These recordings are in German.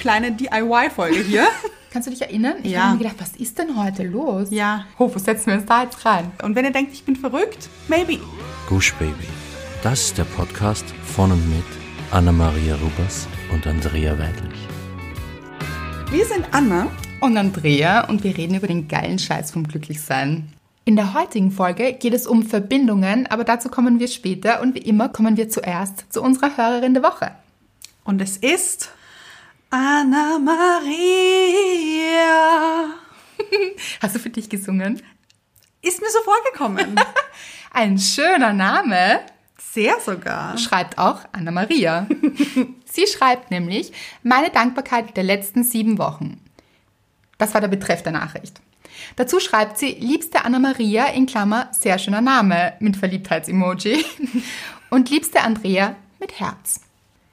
kleine DIY-Folge hier. Kannst du dich erinnern? Ich Ja. habe mir gedacht, was ist denn heute los? ja. Oh, wo setzen wir uns da jetzt rein? Und wenn ihr denkt, ich bin verrückt, maybe. Gush Baby. Das ist der Podcast von und mit Anna-Maria Rubers und Andrea Weidlich. Wir sind Anna. Und Andrea und wir reden über den geilen Scheiß vom Glücklichsein. In der heutigen Folge geht es um Verbindungen, aber dazu kommen wir später und wie immer kommen wir zuerst zu unserer Hörerin der Woche. Und es ist Anna Maria. Hast du für dich gesungen? Ist mir so vorgekommen. Ein schöner Name, Sehr sogar. schreibt auch Anna-Maria. Sie schreibt nämlich, meine Dankbarkeit der letzten sieben Wochen. Das war der Betreff der Nachricht. Dazu schreibt sie, liebste Anna-Maria, in Klammer, sehr schöner Name, mit Verliebtheits-Emoji. Und liebste Andrea, mit Herz.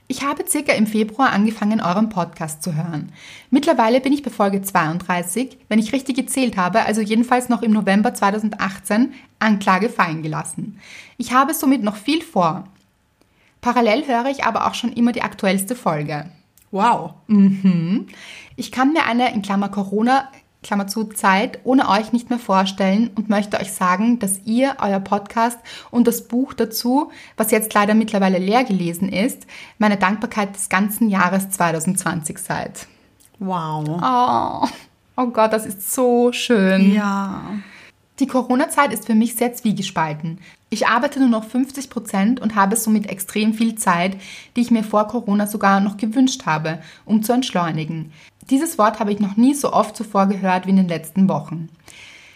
Ich habe circa im Februar angefangen, euren Podcast zu hören. Mittlerweile bin ich bei Folge 32, wenn ich richtig gezählt habe, also jedenfalls noch im November 2018, Anklage fallen gelassen. Ich habe somit noch viel vor. Parallel höre ich aber auch schon immer die aktuellste Folge. Wow. Ich kann mir eine, in Klammer Corona, Klammer zu, Zeit ohne euch nicht mehr vorstellen und möchte euch sagen, dass ihr, euer Podcast und das Buch dazu, was jetzt leider mittlerweile leer gelesen ist, meine Dankbarkeit des ganzen Jahres 2020 seid. Wow. Oh, oh Gott, das ist so schön. Ja. Die Corona-Zeit ist für mich sehr zwiegespalten. Ich arbeite nur noch 50 Prozent und habe somit extrem viel Zeit, die ich mir vor Corona sogar noch gewünscht habe, um zu entschleunigen. Dieses Wort habe ich noch nie so oft zuvor gehört wie in den letzten Wochen.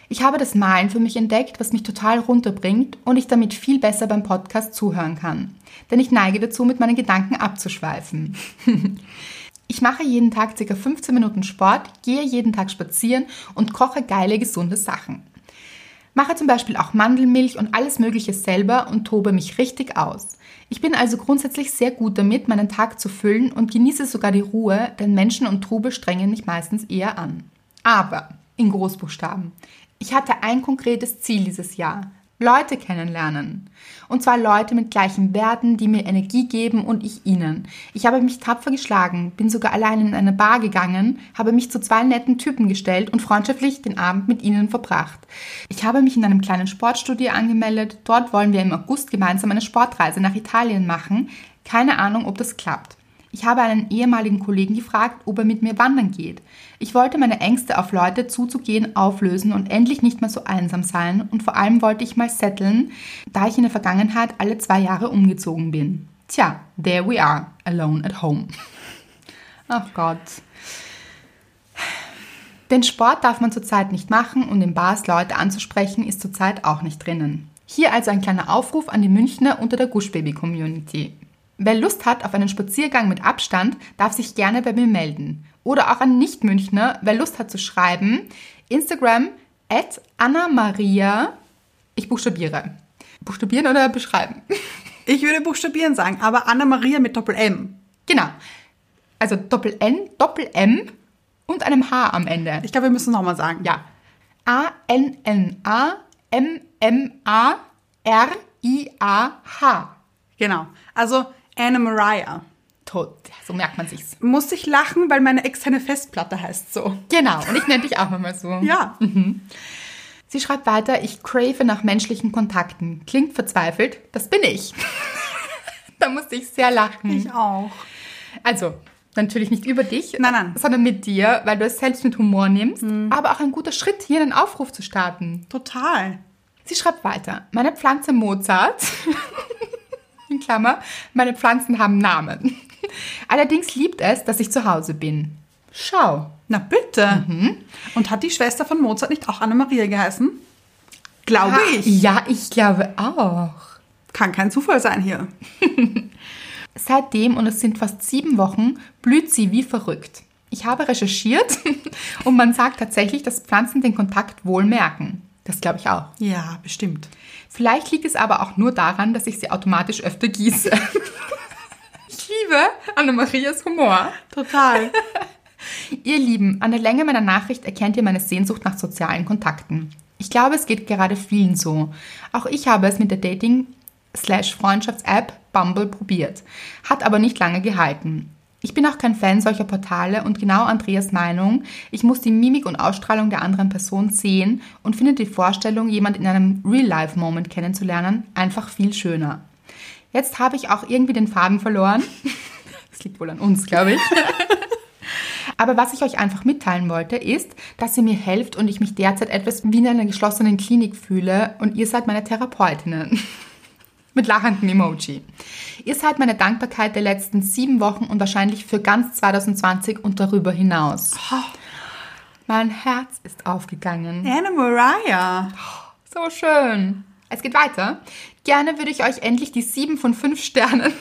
Ich habe das Malen für mich entdeckt, was mich total runterbringt und ich damit viel besser beim Podcast zuhören kann. Denn ich neige dazu, mit meinen Gedanken abzuschweifen. Ich mache jeden Tag ca. 15 Minuten Sport, gehe jeden Tag spazieren und koche geile, gesunde Sachen. Mache zum Beispiel auch Mandelmilch und alles Mögliche selber und tobe mich richtig aus. Ich bin also grundsätzlich sehr gut damit, meinen Tag zu füllen und genieße sogar die Ruhe, denn Menschen und Trubel strengen mich meistens eher an. Aber, in Großbuchstaben, ich hatte ein konkretes Ziel dieses Jahr. Leute kennenlernen. Und zwar Leute mit gleichen Werten, die mir Energie geben und ich ihnen. Ich habe mich tapfer geschlagen, bin sogar allein in eine Bar gegangen, habe mich zu zwei netten Typen gestellt und freundschaftlich den Abend mit ihnen verbracht. Ich habe mich in einem kleinen Sportstudio angemeldet. Dort wollen wir im August gemeinsam eine Sportreise nach Italien machen. Keine Ahnung, ob das klappt. Ich habe einen ehemaligen Kollegen gefragt, ob er mit mir wandern geht. Ich wollte meine Ängste auf Leute zuzugehen auflösen und endlich nicht mehr so einsam sein und vor allem wollte ich mal setteln, da ich in der Vergangenheit alle zwei Jahre umgezogen bin. Tja, there we are, alone at home. Ach Gott. Den Sport darf man zurzeit nicht machen und in Bars Leute anzusprechen ist zurzeit auch nicht drinnen. Hier also ein kleiner Aufruf an die Münchner unter der Guschbaby-Community. Wer Lust hat auf einen Spaziergang mit Abstand, darf sich gerne bei mir melden. Oder auch an Nicht-Münchner, wer Lust hat zu schreiben, Instagram at Anna-Maria. Ich buchstabiere. Buchstabieren oder beschreiben? Ich würde buchstabieren sagen, aber Anna Maria mit Doppel M. genau. Also Doppel-N, Doppel-M und einem H am Ende. Ich glaube, wir müssen es nochmal sagen. Ja. A-N-N-A-M-M-A-R-I-A-H. Genau. Also Anna Maria. Tot. So merkt man sich's. Muss ich lachen, weil meine externe Festplatte heißt so. Genau. Und ich nenne dich auch nochmal so. Ja. Sie schreibt weiter, ich crave nach menschlichen Kontakten. Klingt verzweifelt. Das bin ich. da musste ich sehr lachen. Ich auch. Also, natürlich nicht über dich, Nein, nein. Mhm. sondern mit dir, weil du es selbst mit Humor nimmst. Aber auch ein guter Schritt, hier einen Aufruf zu starten. Total. Sie schreibt weiter. Meine Pflanze Mozart, in Klammer, meine Pflanzen haben Namen. Allerdings liebt es, dass ich zu Hause bin. Schau. Na bitte. Und hat die Schwester von Mozart nicht auch Anna Maria geheißen? Glaube ich. Ja, ich glaube auch. Kann kein Zufall sein hier. Seitdem, und es sind fast sieben Wochen, blüht sie wie verrückt. Ich habe recherchiert und man sagt tatsächlich, dass Pflanzen den Kontakt wohl merken. Das glaube ich auch. Ja, bestimmt. Vielleicht liegt es aber auch nur daran, dass ich sie automatisch öfter gieße. ich liebe Annemarias Humor. Total. Ihr Lieben, an der Länge meiner Nachricht erkennt ihr meine Sehnsucht nach sozialen Kontakten. Ich glaube, es geht gerade vielen so. Auch ich habe es mit der Dating-Slash-Freundschafts-App Bumble probiert, hat aber nicht lange gehalten. Ich bin auch kein Fan solcher Portale und genau Andreas Meinung, ich muss die Mimik und Ausstrahlung der anderen Person sehen und finde die Vorstellung, jemand in einem Real-Life-Moment kennenzulernen, einfach viel schöner. Jetzt habe ich auch irgendwie den Faden verloren. Das liegt wohl an uns, glaube ich. Aber was ich euch einfach mitteilen wollte, ist, dass ihr mir helft und ich mich derzeit etwas wie in einer geschlossenen Klinik fühle und ihr seid meine Therapeutinnen. Mit lachendem Emoji. Ihr seid meine Dankbarkeit der letzten sieben Wochen und wahrscheinlich für ganz 2020 und darüber hinaus. Mein Herz ist aufgegangen. Anna Mariah. So schön. Es geht weiter. Gerne würde ich euch endlich die 7 von 5 Sternen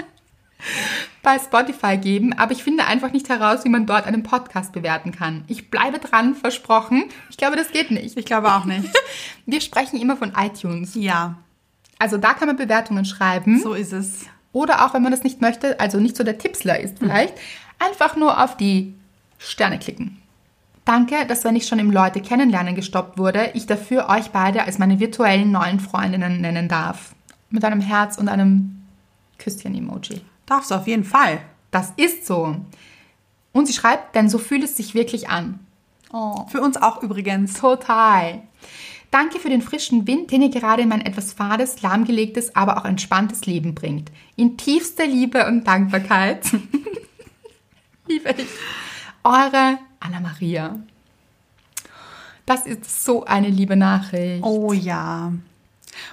bei Spotify geben, aber ich finde einfach nicht heraus, wie man dort einen Podcast bewerten kann. Ich bleibe dran, versprochen. Ich glaube, das geht nicht. Ich glaube auch nicht. Wir sprechen immer von iTunes. Ja, Also da kann man Bewertungen schreiben. so ist es. Oder auch, wenn man das nicht möchte, also nicht so der Tippsler ist vielleicht, einfach nur auf die Sterne klicken. Danke, dass wenn ich schon im Leute kennenlernen gestoppt wurde, ich dafür euch beide als meine virtuellen neuen Freundinnen nennen darf. Mit einem Herz und einem Küsschen-Emoji. Darfst du auf jeden Fall. Das ist so. Und sie schreibt, denn so fühlt es sich wirklich an. Oh. Für uns auch übrigens. Total. Danke für den frischen Wind, den ihr gerade in mein etwas fades, lahmgelegtes, aber auch entspanntes Leben bringt. In tiefster Liebe und Dankbarkeit. Liebe ich. Eure Anna Maria. Das ist so eine liebe Nachricht. Oh ja.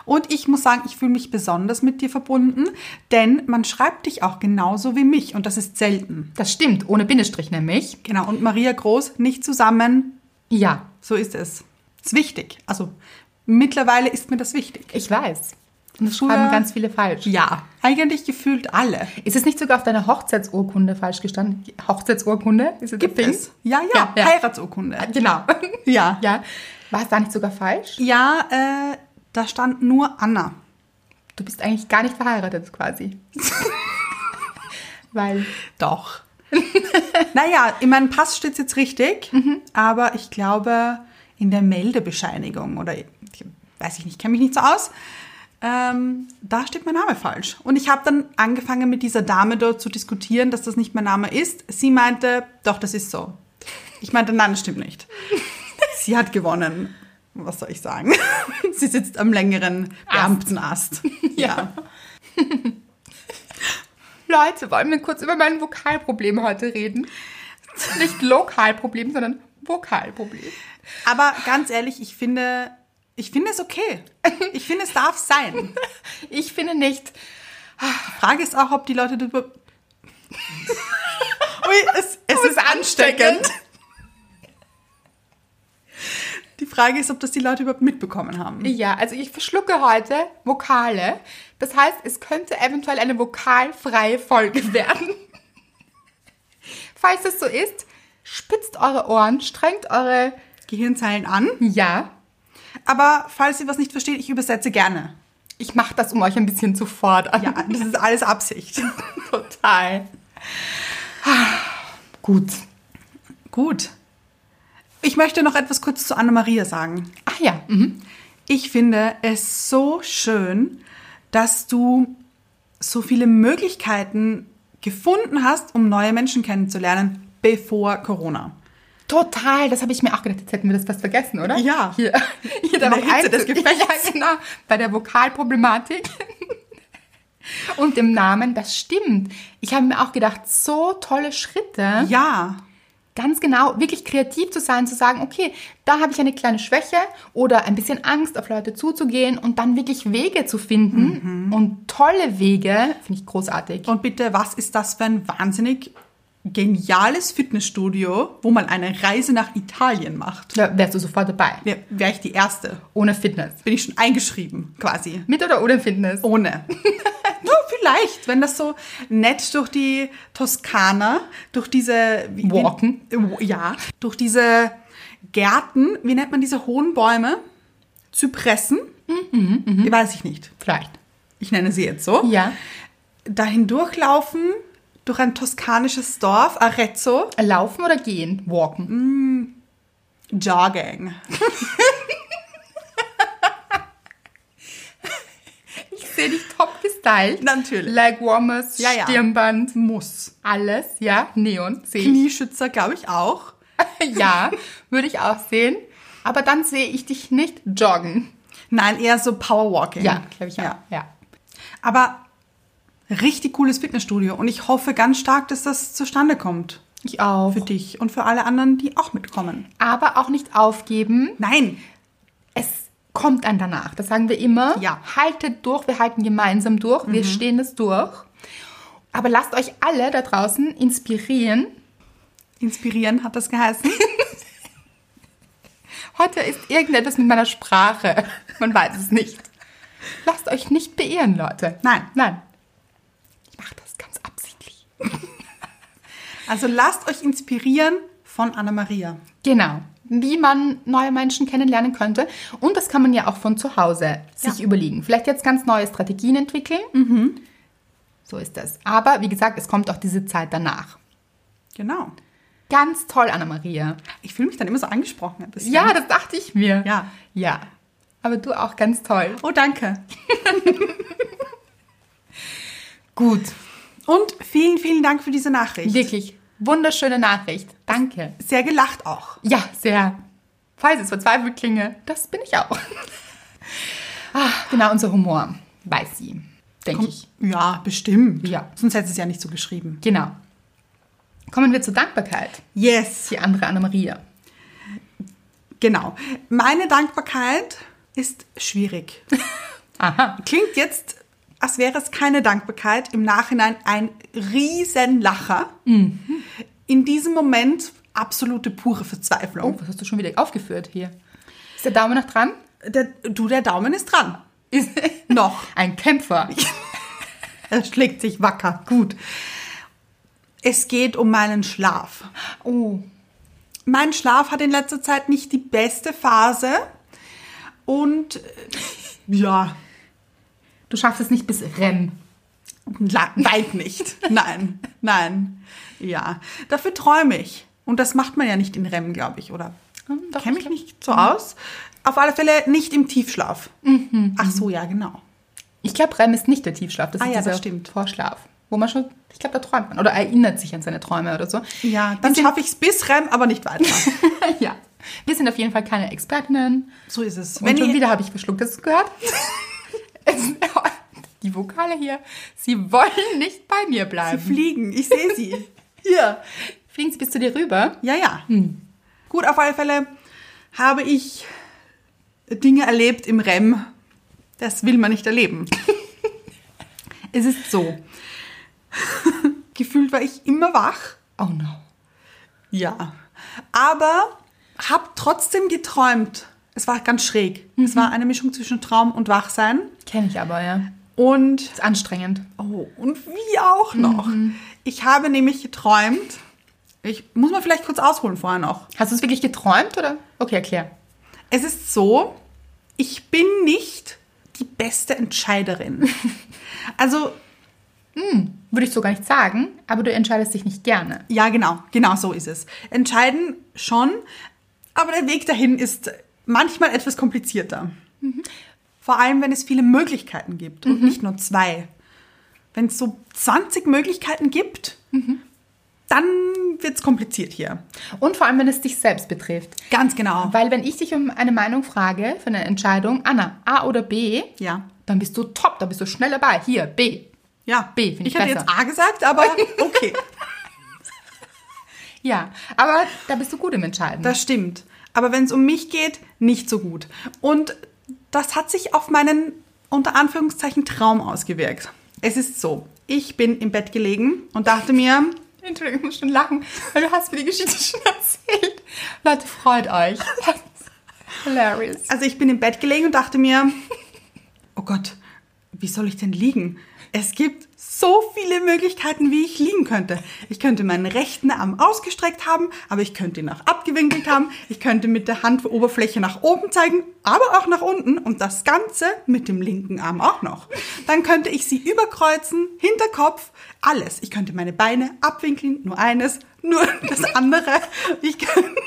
Und ich muss sagen, ich fühle mich besonders mit dir verbunden, denn man schreibt dich auch genauso wie mich und das ist selten. Das stimmt, ohne Bindestrich nämlich. Genau, und Maria Groß nicht zusammen, Ja, so ist es. Ist wichtig. Also mittlerweile ist mir das wichtig. ich weiß. Und das Früher- schreiben ganz viele falsch. Ja, eigentlich gefühlt alle. Ist es nicht sogar auf deiner Hochzeitsurkunde falsch gestanden? Hochzeitsurkunde? Ist es Gibt ein Ding? es? Ja, ja, Ja, ja. Heiratsurkunde. Genau. Ja. ja. War es da nicht sogar falsch? Ja, äh, da stand nur Anna. Du bist eigentlich gar nicht verheiratet quasi. Weil Doch. naja, in meinem Pass steht es jetzt richtig, aber ich glaube in der Meldebescheinigung oder ich, weiß ich nicht, kenne mich nicht so aus, ähm, da steht mein Name falsch. Und ich habe dann angefangen mit dieser Dame dort zu diskutieren, dass das nicht mein Name ist. Sie meinte, doch, das ist so. Ich meinte, nein, das stimmt nicht. Sie hat gewonnen. Was soll ich sagen? Sie sitzt am längeren Beamtenast. ja. Leute, wollen wir kurz über mein Vokalproblem heute reden? Nicht Lokalproblem, sondern Vokalproblem. Aber ganz ehrlich, ich finde, ich finde es okay. Ich finde, es darf sein. Ich finde nicht. Die Frage ist auch, ob die Leute darüber. Ui, es, es ist ansteckend. Die Frage ist, ob das die Leute überhaupt mitbekommen haben. Ja, also ich verschlucke heute Vokale. Das heißt, es könnte eventuell eine vokalfreie Folge werden. Falls das so ist, spitzt eure Ohren, strengt eure Gehirnzeilen an. Ja. Aber falls ihr was nicht versteht, ich übersetze gerne. Ich mache das, um euch ein bisschen zu fordern. Ja, das ist alles Absicht. Total. Gut. Gut. Ich möchte noch etwas kurz zu Anna-Maria sagen. Ach ja. Mhm. Ich finde es so schön, dass du so viele Möglichkeiten gefunden hast, um neue Menschen kennenzulernen, bevor Corona. Total, das habe ich mir auch gedacht. Jetzt hätten wir das fast vergessen, oder? Ja. Hier, hier der darauf Hitze einzu- des Gefechts. Ja, genau. Bei der Vokalproblematik. Und dem Namen, das stimmt. Ich habe mir auch gedacht, so tolle Schritte. Ja, ganz genau, wirklich kreativ zu sein, zu sagen, okay, da habe ich eine kleine Schwäche oder ein bisschen Angst, auf Leute zuzugehen und dann wirklich Wege zu finden Mhm. und tolle Wege, finde ich großartig. und bitte, was ist das für ein wahnsinnig geniales Fitnessstudio, wo man eine Reise nach Italien macht? Da wärst du sofort dabei, Wäre wär ich die Erste? ohne Fitness. Bin ich schon eingeschrieben, quasi. Mit oder ohne Fitness? Ohne. Nur vielleicht, wenn das so nett durch die Toskana, durch diese wie- Walken? Wie, ja, durch diese Gärten, wie nennt man diese hohen Bäume? Zypressen? Weiß ich nicht. Vielleicht. Ich nenne sie jetzt so. Ja. Dahin durchlaufen, durch ein toskanisches Dorf, Arezzo, Laufen oder gehen? Mhm. Walken. Jogging. Ich sehe dich top gestylt. gestylt. Natürlich. Like Warmers, Ja, ja. Stirnband, Muss. alles, ja, Neon, sehe ich. Knieschützer, glaube ich, auch. ja, würde ich auch sehen. Aber dann sehe ich dich nicht joggen. Nein, eher so Powerwalking. Ja, glaube ich auch. Ja. Ja. Aber richtig cooles Fitnessstudio und ich hoffe ganz stark, dass das zustande kommt. Ich auch. Für dich und für alle anderen, die auch mitkommen. Aber auch nicht aufgeben. Nein, Es kommt dann danach. Das sagen wir immer. Ja. Mhm. Haltet durch, wir halten gemeinsam durch, wir stehen es durch. Aber lasst euch alle da draußen inspirieren. inspirieren hat das geheißen. Heute ist irgendetwas mit meiner Sprache. Man weiß es nicht. Lasst euch nicht beirren, Leute. Nein. Nein. Ich mache das ganz absichtlich. Also lasst euch inspirieren von Anna-Maria. Genau. Wie man neue Menschen kennenlernen könnte. Und das kann man ja auch von zu Hause sich Ja. Mhm. überlegen. Vielleicht jetzt ganz neue Strategien entwickeln. So ist das. Aber wie gesagt, es kommt auch diese Zeit danach. Genau. Ganz toll, Anna-Maria. Ich fühle mich dann immer so angesprochen ein bisschen. Ja, das dachte ich mir. Ja. Ja. Aber du auch ganz toll. Oh, danke. Gut. Und vielen, vielen Dank für diese Nachricht. Wirklich. Wunderschöne Nachricht. Danke. Sehr gelacht auch. Ja, sehr. Falls es verzweifelt klinge, das bin ich auch. ah, genau, unser Humor. Weiß sie, denke ich. Ja, bestimmt. Ja. Sonst hätte sie es ja nicht so geschrieben. Genau. Kommen wir zur Dankbarkeit. Yes. Die andere Anna-Maria. Genau. Meine Dankbarkeit ist schwierig. Aha. Klingt jetzt, als wäre es keine Dankbarkeit. Im Nachhinein ein Riesenlacher. Mhm. In diesem Moment absolute pure Oh, Verzweiflung. was hast du schon wieder aufgeführt hier? Ist der Daumen noch dran? Der, du, der Daumen ist dran. Ist Noch. ein Kämpfer. Er schlägt sich wacker. Gut. Es geht um meinen Schlaf. Oh, Mein Schlaf hat in letzter Zeit nicht die beste Phase. Und äh, ja, du schaffst es nicht bis REM. la- weit nicht. Nein, nein. Ja, dafür träume ich. Und das macht man ja nicht in REM, glaube ich, oder? Hm, doch, Kenne ich mich glaub- nicht so aus. Auf alle Fälle nicht im Tiefschlaf. Mhm, Ach so, ja, genau. Ich glaube, REM ist nicht der Tiefschlaf. Das Ah ist ja, dieser das stimmt. Vorschlaf. Wo man schon, ich glaube, da träumt man. Oder erinnert sich an seine Träume oder so. Ja, dann Wir sind- schaffe ich es bis REM, aber nicht weiter. Ja. Wir sind auf jeden Fall keine Expertinnen. So ist es. Und schon ihr- wieder habe ich verschluckt. Hast du gehört? Es- Die Vokale hier, sie wollen nicht bei mir Sie bleiben. fliegen, ich sehe sie. Hier. Fliegen sie bis zu dir rüber? Ja, ja. Gut, auf alle Fälle habe ich Dinge erlebt im REM. Das will man nicht erleben. es ist so. Gefühlt war ich immer wach. Oh no. Ja. Aber habe trotzdem geträumt. Es war ganz schräg. Es war eine Mischung zwischen Traum und Wachsein. Kenne ich aber, ja. Und Ist anstrengend. Oh, und wie auch noch. Ich habe nämlich geträumt. Ich muss mal vielleicht kurz ausholen vorher noch. Hast du es wirklich geträumt oder? Okay, erklär. Es ist so, ich bin nicht die beste Entscheiderin. also, Würde ich so gar nicht sagen, aber du entscheidest dich nicht gerne. ja, genau, genau so ist es. Entscheiden schon, aber der Weg dahin ist manchmal etwas komplizierter. Mhm. Vor allem, wenn es viele Möglichkeiten gibt und nicht nur zwei. Wenn es so 20 Möglichkeiten gibt, Mhm. dann wird es kompliziert hier. Und vor allem, wenn es dich selbst betrifft. Ganz genau. Weil wenn ich dich um eine Meinung frage, für eine Entscheidung, Anna, A oder B, Ja. dann bist du top, dann bist du schnell dabei. Hier, B. Ja, B finde ich hätte besser. jetzt A gesagt, aber okay, Ja, aber da bist du gut im Entscheiden. das stimmt. Aber wenn es um mich geht, nicht so gut. Und das hat sich auf meinen unter Anführungszeichen Traum ausgewirkt. Es ist so, ich bin im Bett gelegen und dachte mir, Entschuldigung, ich muss schon lachen, weil du hast mir die Geschichte schon erzählt. Leute, freut euch. Hilarious. also ich bin im Bett gelegen und dachte mir, oh Gott, wie soll ich denn liegen? Es gibt so viele Möglichkeiten, wie ich liegen könnte. Ich könnte meinen rechten Arm ausgestreckt haben, aber ich könnte ihn auch abgewinkelt haben. Ich könnte mit der Handoberfläche nach oben zeigen, aber auch nach unten und das Ganze mit dem linken Arm auch noch. Dann könnte ich sie überkreuzen, Hinterkopf, alles. Ich könnte meine Beine abwinkeln, nur eines, nur das andere. Ich könnte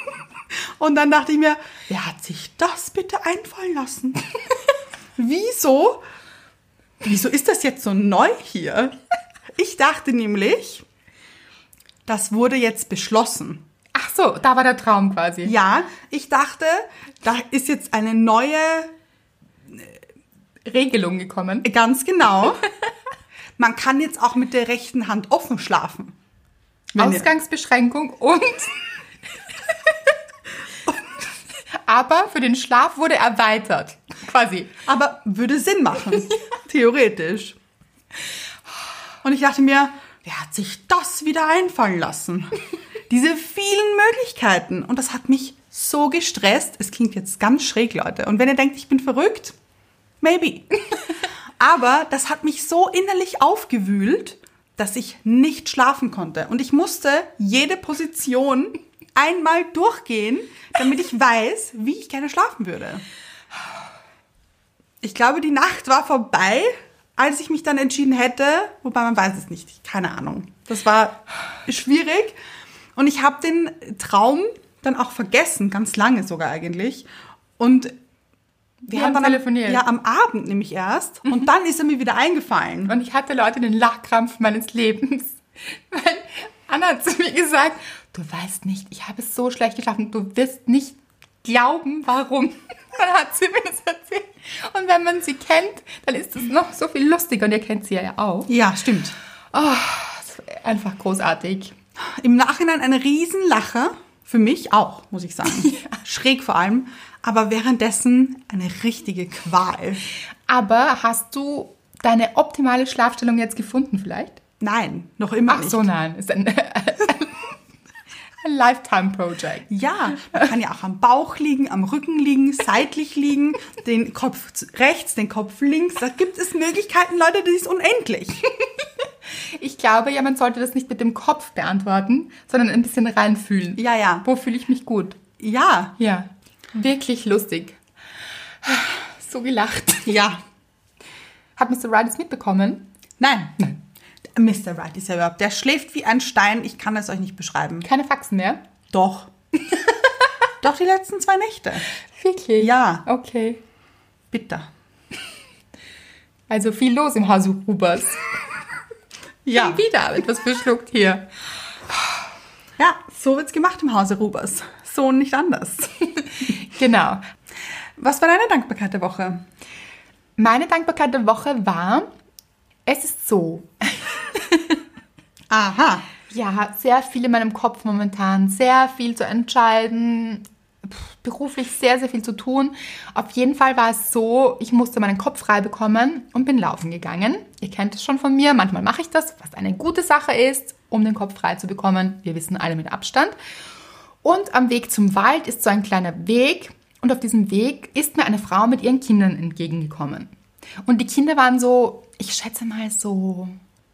und dann dachte ich mir, wer hat sich das bitte einfallen lassen? Wieso wieso ist das jetzt so neu hier? Ich dachte nämlich, das wurde jetzt beschlossen. Ach so, da war der Traum quasi. Ja, ich dachte, da ist jetzt eine neue, Regelung gekommen. ganz genau. Man kann jetzt auch mit der rechten Hand offen schlafen. Wenn ihr- Ausgangsbeschränkung und. Aber für den Schlaf wurde erweitert. Quasi. Aber würde Sinn machen, theoretisch. Und ich dachte mir, wer hat sich das wieder einfallen lassen? Diese vielen Möglichkeiten. Und das hat mich so gestresst. Es klingt jetzt ganz schräg, Leute. Und wenn ihr denkt, ich bin verrückt, maybe. Aber das hat mich so innerlich aufgewühlt, dass ich nicht schlafen konnte. Und ich musste jede Position einmal durchgehen, damit ich weiß, wie ich gerne schlafen würde. Ich glaube, die Nacht war vorbei, als ich mich dann entschieden hätte, wobei man weiß es nicht, keine Ahnung. Das war schwierig und ich habe den Traum dann auch vergessen, ganz lange sogar eigentlich. Und wir, haben dann telefoniert. Am, ja, am Abend nämlich erst Mhm. und dann ist er mir wieder eingefallen. Und ich hatte Leute den Lachkrampf meines Lebens. Weil Anna hat zu mir gesagt, du weißt nicht, ich habe so schlecht geschlafen, du wirst nicht glauben, warum. Dann hat sie mir das erzählt. Und wenn man sie kennt, dann ist es noch so viel lustiger. Und ihr kennt sie ja auch. Oh, Ja, stimmt. Einfach großartig. Im Nachhinein eine Riesenlache. Für mich auch, muss ich sagen. Schräg vor allem. Aber währenddessen eine richtige Qual. Aber hast du deine optimale Schlafstellung jetzt gefunden vielleicht? Nein, noch immer Ach nicht. so, nein. Ist ein, ein Lifetime-Project. Ja, man kann ja auch am Bauch liegen, am Rücken liegen, seitlich liegen, den Kopf zu- rechts, den Kopf links. Da gibt es Möglichkeiten, Leute, das ist unendlich. Ich glaube ja, man sollte das nicht mit dem Kopf beantworten, sondern ein bisschen reinfühlen. Ja, ja. Wo fühle ich mich gut? Ja, Ja. Wirklich lustig. So gelacht. ja. Hat Mr. Wright es mitbekommen? Nein. Mr. Wright ist ja überhaupt, der schläft wie ein Stein. Ich kann es euch nicht beschreiben. Keine Faxen mehr? Doch. Doch die letzten zwei Nächte. Wirklich? Ja. Okay. Bitter. Also viel los im Haus Rubers. Ja. Schon Wieder etwas verschluckt hier. Ja, so wird's gemacht im Hause Rubers. So und nicht anders. Genau. Was war deine Dankbarkeit der Woche? Meine Dankbarkeit der Woche war, es ist so. Aha. Ja, sehr viel in meinem Kopf momentan, sehr viel zu entscheiden, pff, beruflich sehr, sehr viel zu tun. Auf jeden Fall war es so, ich musste meinen Kopf frei bekommen und bin laufen gegangen. Ihr kennt es schon von mir, manchmal mache ich das, was eine gute Sache ist, um den Kopf frei zu bekommen. Wir wissen alle mit Abstand. Und am Weg zum Wald ist so ein kleiner Weg und auf diesem Weg ist mir eine Frau mit ihren Kindern entgegengekommen. Und die Kinder waren so, ich schätze mal so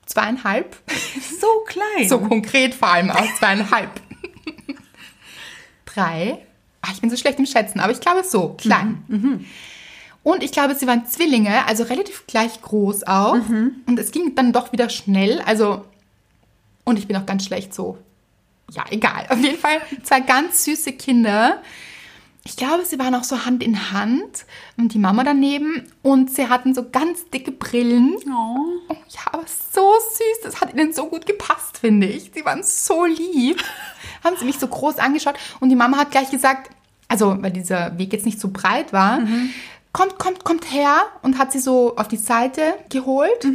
zweieinhalb. So klein. So konkret vor allem aus zweieinhalb. Drei. Ah, ich bin so schlecht im Schätzen, aber ich glaube so, klein. Und ich glaube, sie waren Zwillinge, also relativ gleich groß auch. Und es ging dann doch wieder schnell. Also, und ich bin auch ganz schlecht so. Ja, egal. Auf jeden Fall zwei ganz süße Kinder. Ich glaube, sie waren auch so Hand in Hand und die Mama daneben. Und sie hatten so ganz dicke Brillen. Oh. Oh, ja, aber so süß. Das hat ihnen so gut gepasst, finde ich. Sie waren so lieb. Haben sie mich so groß angeschaut. Und die Mama hat gleich gesagt, also weil dieser Weg jetzt nicht so breit war, kommt, kommt, kommt her und hat sie so auf die Seite geholt.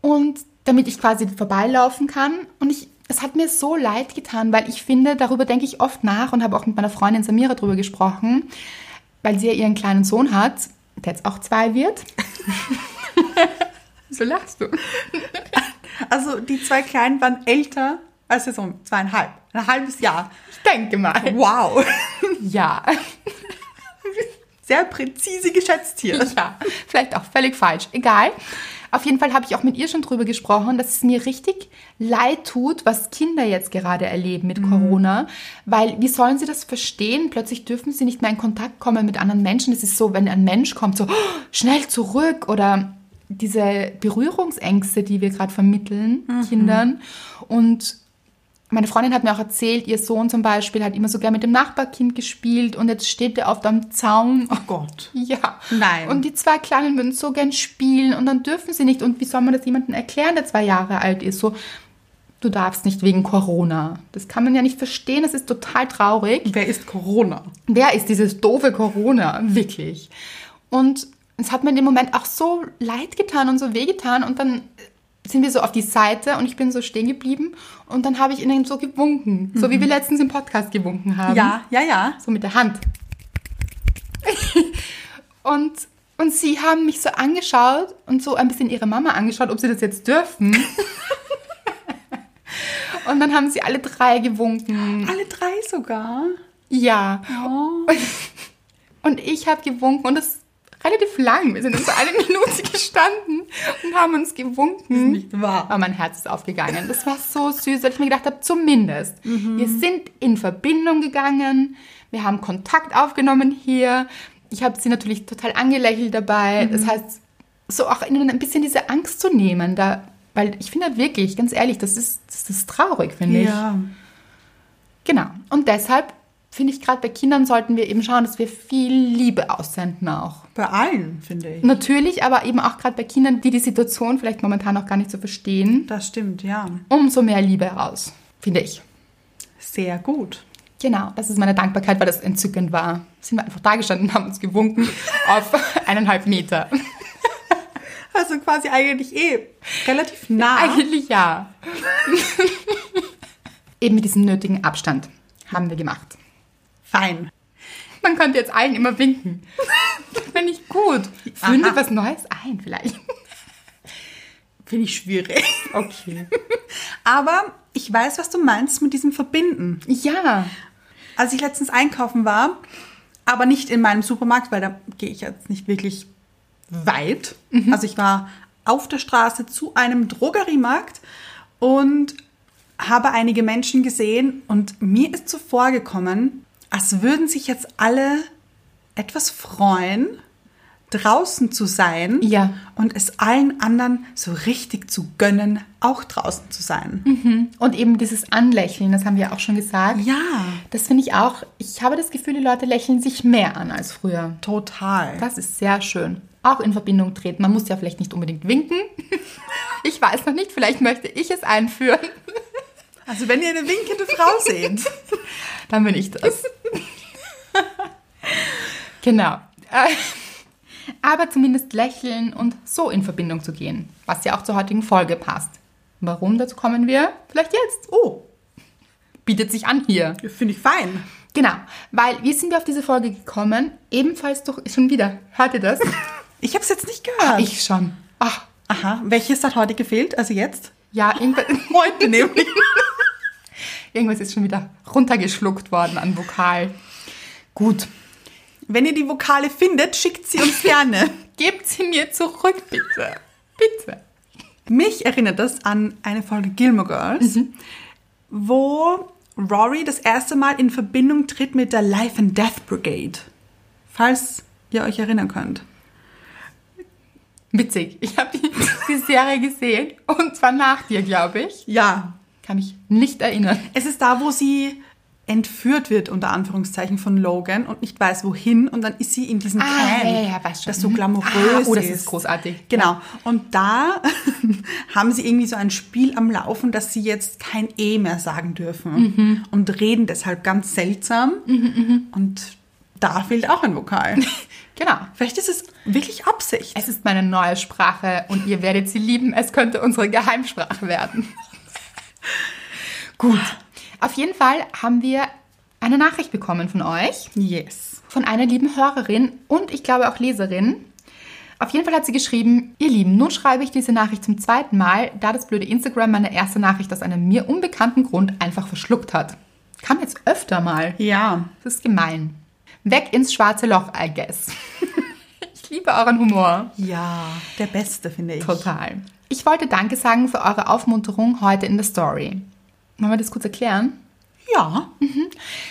Und damit ich quasi vorbeilaufen kann. Und ich, es hat mir so leid getan, weil ich finde, darüber denke ich oft nach und habe auch mit meiner Freundin Samira darüber gesprochen, weil sie ja ihren kleinen Sohn hat, der jetzt auch zwei wird. Wieso lachst du? Also die zwei Kleinen waren älter als der Sohn. Zweieinhalb. Ein halbes Jahr. Ich denke mal. Wow. Ja. Sehr präzise geschätzt hier. ja. Vielleicht auch völlig falsch. Egal. Auf jeden Fall habe ich auch mit ihr schon drüber gesprochen, dass es mir richtig leid tut, was Kinder jetzt gerade erleben mit Corona. Weil wie sollen sie das verstehen? Plötzlich dürfen sie nicht mehr in Kontakt kommen mit anderen Menschen. Es ist so, wenn ein Mensch kommt, so "Oh, schnell zurück oder diese Berührungsängste, die wir gerade vermitteln Kindern. Und Meine Freundin hat mir auch erzählt, ihr Sohn zum Beispiel hat immer so gern mit dem Nachbarkind gespielt und jetzt steht er oft am Zaun. Oh Gott. Ja. Nein. Und die zwei Kleinen würden so gern spielen und dann dürfen sie nicht. Und wie soll man das jemandem erklären, der zwei Jahre alt ist? So, du darfst nicht wegen Corona. Das kann man ja nicht verstehen. Das ist total traurig. Wer ist Corona? Wer ist dieses doofe Corona? Wirklich. Und es hat mir in dem Moment auch so leid getan und so weh getan. Und dann sind wir so auf die Seite und ich bin so stehen geblieben. Und dann habe ich ihnen so gewunken. So wie wir letztens im Podcast gewunken haben. Mhm. Ja, ja, ja. So mit der Hand. und, und sie haben mich so angeschaut und so ein bisschen ihre Mama angeschaut, ob sie das jetzt dürfen. und dann haben sie alle drei gewunken. Alle drei sogar. Ja. Oh. Und ich habe gewunken und das relativ lang. Wir sind uns alle Minute gestanden und haben uns gewunken. Nicht wahr. Aber mein Herz ist aufgegangen. Das war so süß, weil ich mir gedacht habe, zumindest. Wir sind in Verbindung gegangen. Wir haben Kontakt aufgenommen hier. Ich habe sie natürlich total angelächelt dabei. Das heißt, so auch ihnen ein bisschen diese Angst zu nehmen. Da, weil ich finde halt wirklich, ganz ehrlich, das ist, das ist traurig, finde ich. Ja. Genau. Und deshalb finde ich, gerade bei Kindern sollten wir eben schauen, dass wir viel Liebe aussenden auch. Bei allen, finde ich. Natürlich, aber eben auch gerade bei Kindern, die die Situation vielleicht momentan auch gar nicht so verstehen, Das stimmt, ja. umso mehr Liebe raus, finde ich. Sehr gut. Genau, das ist meine Dankbarkeit, weil das entzückend war. Sind wir einfach da gestanden, haben uns gewunken auf eineinhalb Meter. Also quasi eigentlich eh relativ nah. Eigentlich ja. eben mit diesem nötigen Abstand haben wir gemacht. Fein. Man könnte jetzt allen immer winken. Finde ich gut. Führen Aha. wir was Neues ein vielleicht. Finde ich schwierig. Okay. Aber ich weiß, was du meinst mit diesem Verbinden. Ja. Als ich letztens einkaufen war, aber nicht in meinem Supermarkt, weil da gehe ich jetzt nicht wirklich weit. Also ich war auf der Straße zu einem Drogeriemarkt und habe einige Menschen gesehen und mir ist so vorgekommen, als würden sich jetzt alle etwas freuen, draußen zu sein Ja. und es allen anderen so richtig zu gönnen, auch draußen zu sein. Und eben dieses Anlächeln, das haben wir auch schon gesagt. Ja, Das finde ich auch. Ich habe das Gefühl, die Leute lächeln sich mehr an als früher. total. Das ist sehr schön. Auch in Verbindung treten. Man muss ja vielleicht nicht unbedingt winken. Ich weiß noch nicht, vielleicht möchte ich es einführen. Also wenn ihr eine winkende Frau seht, Dann bin ich das. genau. Äh, Aber zumindest lächeln und so in Verbindung zu gehen, was ja auch zur heutigen Folge passt. Warum? Dazu kommen wir vielleicht jetzt. Oh, bietet sich an hier. finde ich fein. Genau, weil wie sind wir auf diese Folge gekommen? Ebenfalls durch, schon wieder, hört ihr das? Ich habe es jetzt nicht gehört. Ah, ich schon. Ach, Aha, welches hat heute gefehlt? Also jetzt? ja, irgendwas, Heute nämlich. irgendwas ist schon wieder runtergeschluckt worden an Vokal. Gut, Wenn ihr die Vokale findet, schickt sie uns gerne. gebt sie mir zurück, bitte. Bitte. Mich erinnert das an eine Folge Gilmore Girls, wo Rory das erste Mal in Verbindung tritt mit der Life and Death Brigade. Falls ihr euch erinnern könnt. Witzig, ich habe die, die Serie gesehen und zwar nach dir, glaube ich. Ja. Kann mich nicht erinnern. Es ist da, wo sie entführt wird, unter Anführungszeichen, von Logan und nicht weiß, wohin. Und dann ist sie in diesem Ah, Can, ja, ja, weiß schon. das so Mhm. Ah, glamourös oh, das ist. ist großartig. Genau. Und da haben sie irgendwie so ein Spiel am Laufen, dass sie jetzt kein E mehr sagen dürfen Mhm. und reden deshalb ganz seltsam. Und da fehlt auch ein Vokal. Äh, Genau. Vielleicht ist es wirklich Absicht. Es ist meine neue Sprache und ihr werdet sie lieben. Es könnte unsere Geheimsprache werden. Gut. Auf jeden Fall haben wir eine Nachricht bekommen von euch, Yes. von einer lieben Hörerin und ich glaube auch Leserin. Auf jeden Fall hat sie geschrieben, ihr Lieben, nun schreibe ich diese Nachricht zum zweiten Mal, da das blöde Instagram meine erste Nachricht aus einem mir unbekannten Grund einfach verschluckt hat. Kam jetzt öfter mal. Ja. Das ist gemein. Weg ins schwarze Loch, I guess. ich liebe euren Humor. Ja. Der Beste, finde ich. Total. Ich wollte Danke sagen für eure Aufmunterung heute in der Story. Wollen wir das kurz erklären? Ja.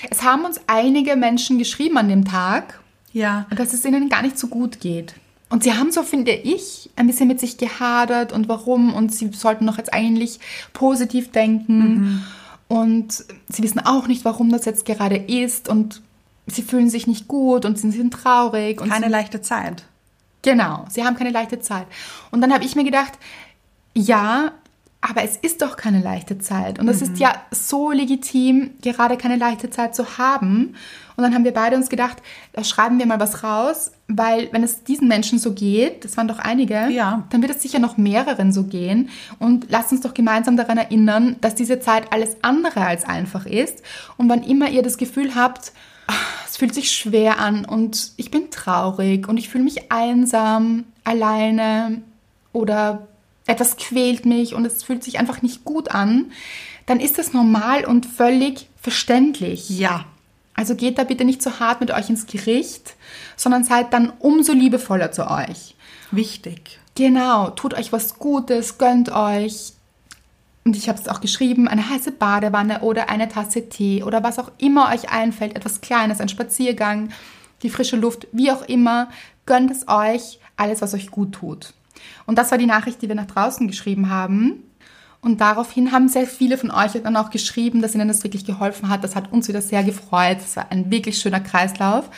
Es haben uns einige Menschen geschrieben an dem Tag, Ja. dass es ihnen gar nicht so gut geht. Und sie haben so, finde ich, ein bisschen mit sich gehadert und warum und sie sollten doch jetzt eigentlich positiv denken. Und sie wissen auch nicht, warum das jetzt gerade ist und sie fühlen sich nicht gut und sie sind traurig. Und Keine sie, leichte Zeit. Genau, sie haben keine leichte Zeit. Und dann habe ich mir gedacht, ja, aber es ist doch keine leichte Zeit. Und es ist ja so legitim, gerade keine leichte Zeit zu haben. Und dann haben wir beide uns gedacht, da schreiben wir mal was raus, weil wenn es diesen Menschen so geht, das waren doch einige, Ja. dann wird es sicher noch mehreren so gehen. Und lasst uns doch gemeinsam daran erinnern, dass diese Zeit alles andere als einfach ist. Und wann immer ihr das Gefühl habt, "Ah, es fühlt sich schwer an und ich bin traurig und ich fühle mich einsam, alleine oder etwas quält mich und es fühlt sich einfach nicht gut an, dann ist das normal und völlig verständlich. Ja. Also geht da bitte nicht so hart mit euch ins Gericht, sondern seid dann umso liebevoller zu euch. Wichtig. Genau, tut euch was Gutes, gönnt euch. Und ich habe es auch geschrieben, eine heiße Badewanne oder eine Tasse Tee oder was auch immer euch einfällt, etwas Kleines, ein Spaziergang, die frische Luft, wie auch immer, gönnt es euch, alles, was euch gut tut. Und das war die Nachricht, die wir nach draußen geschrieben haben. Und daraufhin haben sehr viele von euch dann auch geschrieben, dass ihnen das wirklich geholfen hat. Das hat uns wieder sehr gefreut. Es war ein wirklich schöner Kreislauf.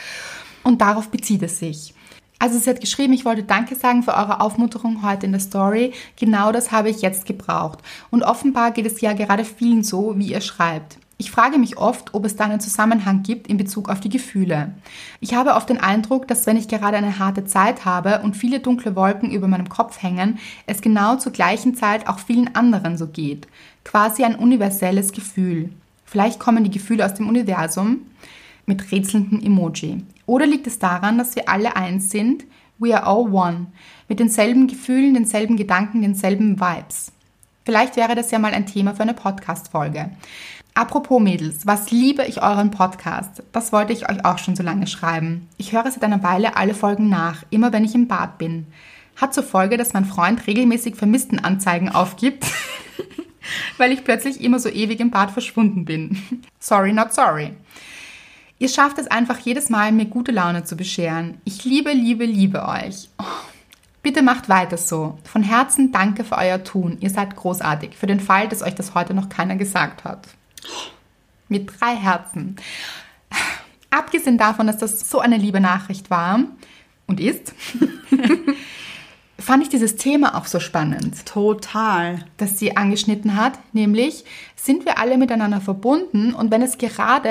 Und darauf bezieht es sich. Also sie hat geschrieben, ich wollte Danke sagen für eure Aufmunterung heute in der Story. Genau das habe ich jetzt gebraucht. Und offenbar geht es ja gerade vielen so, wie ihr schreibt. Ich frage mich oft, ob es da einen Zusammenhang gibt in Bezug auf die Gefühle. Ich habe oft den Eindruck, dass wenn ich gerade eine harte Zeit habe und viele dunkle Wolken über meinem Kopf hängen, es genau zur gleichen Zeit auch vielen anderen so geht. Quasi ein universelles Gefühl. Vielleicht kommen die Gefühle aus dem Universum mit rätselndem Emoji. Oder liegt es daran, dass wir alle eins sind? We are all one. Mit denselben Gefühlen, denselben Gedanken, denselben Vibes. Vielleicht wäre das ja mal ein Thema für eine Podcast-Folge. Apropos Mädels, was liebe ich euren Podcast? Das wollte ich euch auch schon so lange schreiben. Ich höre seit einer Weile alle Folgen nach, immer wenn ich im Bad bin. Hat zur Folge, dass mein Freund regelmäßig Vermisstenanzeigen aufgibt, weil ich plötzlich immer so ewig im Bad verschwunden bin. Sorry, not sorry. Ihr schafft es einfach jedes Mal, mir gute Laune zu bescheren. Ich liebe, liebe, liebe euch. Oh, bitte macht weiter so. Von Herzen danke für euer Tun. Ihr seid großartig. Für den Fall, dass euch das heute noch keiner gesagt hat. Mit drei Herzen. Abgesehen davon, dass das so eine liebe Nachricht war und ist, fand ich dieses Thema auch so spannend Total. das sie angeschnitten hat, nämlich sind wir alle miteinander verbunden und wenn es gerade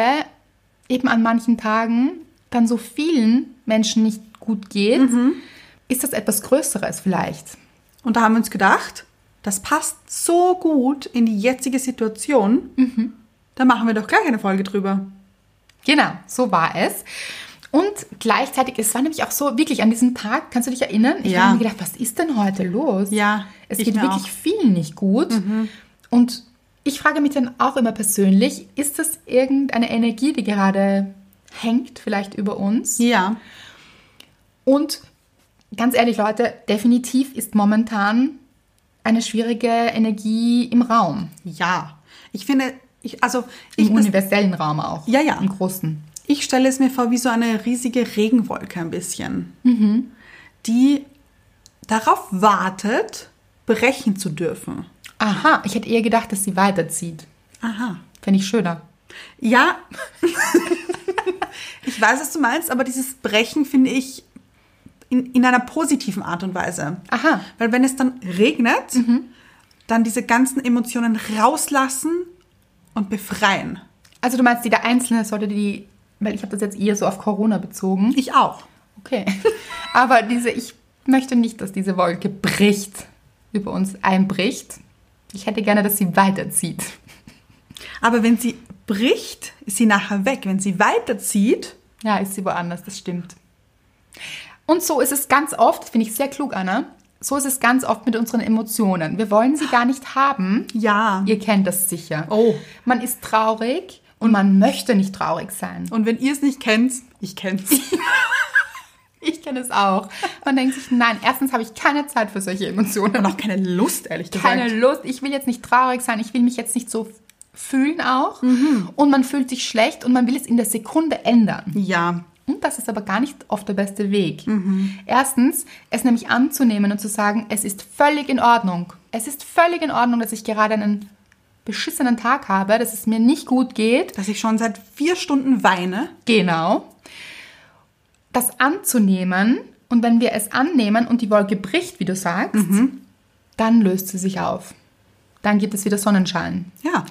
eben an manchen Tagen dann so vielen Menschen nicht gut geht, ist das etwas Größeres vielleicht. Und da haben wir uns gedacht, das passt so gut in die jetzige Situation. Da machen wir doch gleich eine Folge drüber. Genau, so war es. Und gleichzeitig, es war nämlich auch so, wirklich an diesem Tag, kannst du dich erinnern? Ich Ja. habe mir gedacht, was ist denn heute los? Ja, Es ich geht mir Mhm. wirklich vielen nicht gut. Und ich frage mich dann auch immer persönlich, ist das irgendeine Energie, die gerade hängt vielleicht über uns? Ja. Und ganz ehrlich, Leute, definitiv ist momentan eine schwierige Energie im Raum, Ja. Ich finde, ich, also ich, im das, universellen Raum auch. Ja, ja. Im Großen. ich stelle es mir vor wie so eine riesige Regenwolke ein bisschen, die darauf wartet, brechen zu dürfen. Aha, ich hätte eher gedacht, dass sie weiterzieht. Aha. Fände ich schöner. Ja, ich weiß, was du meinst, aber dieses Brechen finde ich in, in einer positiven Art und Weise. Aha. Weil wenn es dann regnet, dann diese ganzen Emotionen rauslassen und befreien. Also du meinst, jeder Einzelne sollte die, weil ich habe das jetzt eher so auf Corona bezogen. Ich auch. Okay. Aber diese, ich möchte nicht, dass diese Wolke bricht, über uns einbricht. Ich hätte gerne, dass sie weiterzieht. Aber wenn sie bricht, ist sie nachher weg. Wenn sie weiterzieht, Ja, ist sie woanders, das stimmt. Und so ist es ganz oft, das finde ich sehr klug, Anna, so ist es ganz oft mit unseren Emotionen. Wir wollen sie gar nicht haben. ja. Ihr kennt das sicher. Oh. Man ist traurig und man möchte nicht traurig sein. Und wenn ihr es nicht kennt, ich kenn's. Ich kenne es auch. Man denkt sich, nein, erstens habe ich keine Zeit für solche Emotionen. Und auch keine Lust, ehrlich gesagt. keine Lust, ich will jetzt nicht traurig sein, ich will mich jetzt nicht so fühlen auch. Und man fühlt sich schlecht und man will es in der Sekunde ändern. Ja, Und das ist aber gar nicht oft der beste Weg. Erstens, es nämlich anzunehmen und zu sagen, es ist völlig in Ordnung. Es ist völlig in Ordnung, dass ich gerade einen beschissenen Tag habe, dass es mir nicht gut geht, Dass ich schon seit vier Stunden weine. Genau. Das anzunehmen und wenn wir es annehmen und die Wolke bricht, wie du sagst, dann löst sie sich auf. Dann gibt es wieder Sonnenschein. Ja.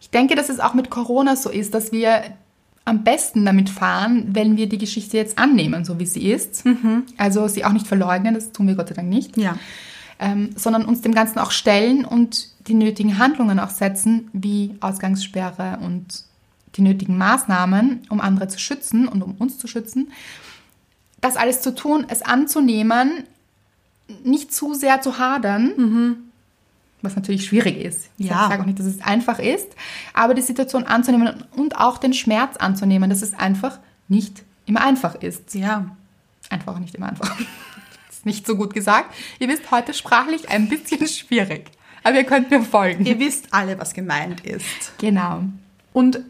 Ich denke, dass es auch mit Corona so ist, dass wir am besten damit fahren, wenn wir die Geschichte jetzt annehmen, so wie sie ist. Also sie auch nicht verleugnen, das tun wir Gott sei Dank nicht Ja. ähm, sondern uns dem Ganzen auch stellen und die nötigen Handlungen auch setzen, wie Ausgangssperre und die nötigen Maßnahmen, um andere zu schützen und um uns zu schützen. Das alles zu tun, es anzunehmen, nicht zu sehr zu hadern, was natürlich schwierig ist. Ja. Ich sage auch nicht, dass es einfach ist, aber die Situation anzunehmen und auch den Schmerz anzunehmen, dass es einfach nicht immer einfach ist. Ja. Einfach nicht immer einfach. ist nicht so gut gesagt. Ihr wisst, heute sprachlich ein bisschen schwierig. Aber ihr könnt mir folgen. Ihr wisst alle, was gemeint ist. Genau. Und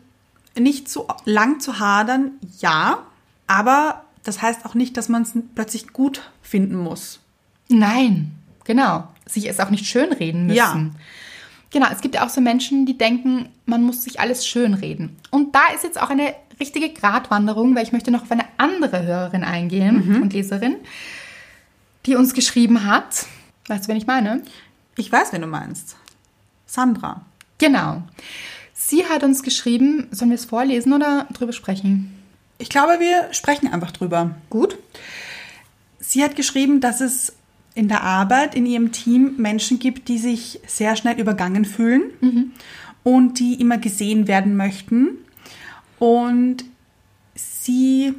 nicht zu lang zu hadern, ja, aber das heißt auch nicht, dass man es plötzlich gut finden muss. Nein, genau. Sich es auch nicht schönreden müssen. Ja. Genau, es gibt ja auch so Menschen, die denken, man muss sich alles schönreden. Und da ist jetzt auch eine richtige Gratwanderung, weil ich möchte noch auf eine andere Hörerin eingehen Mhm. und Leserin, die uns geschrieben hat. Weißt du, wen ich meine? Ich weiß, wen du meinst. Sandra. Genau. Sie hat uns geschrieben, sollen wir es vorlesen oder drüber sprechen? Ich glaube, wir sprechen einfach drüber. Gut. Sie hat geschrieben, dass es in der Arbeit, in ihrem Team Menschen gibt, die sich sehr schnell übergangen fühlen und die immer gesehen werden möchten. Und sie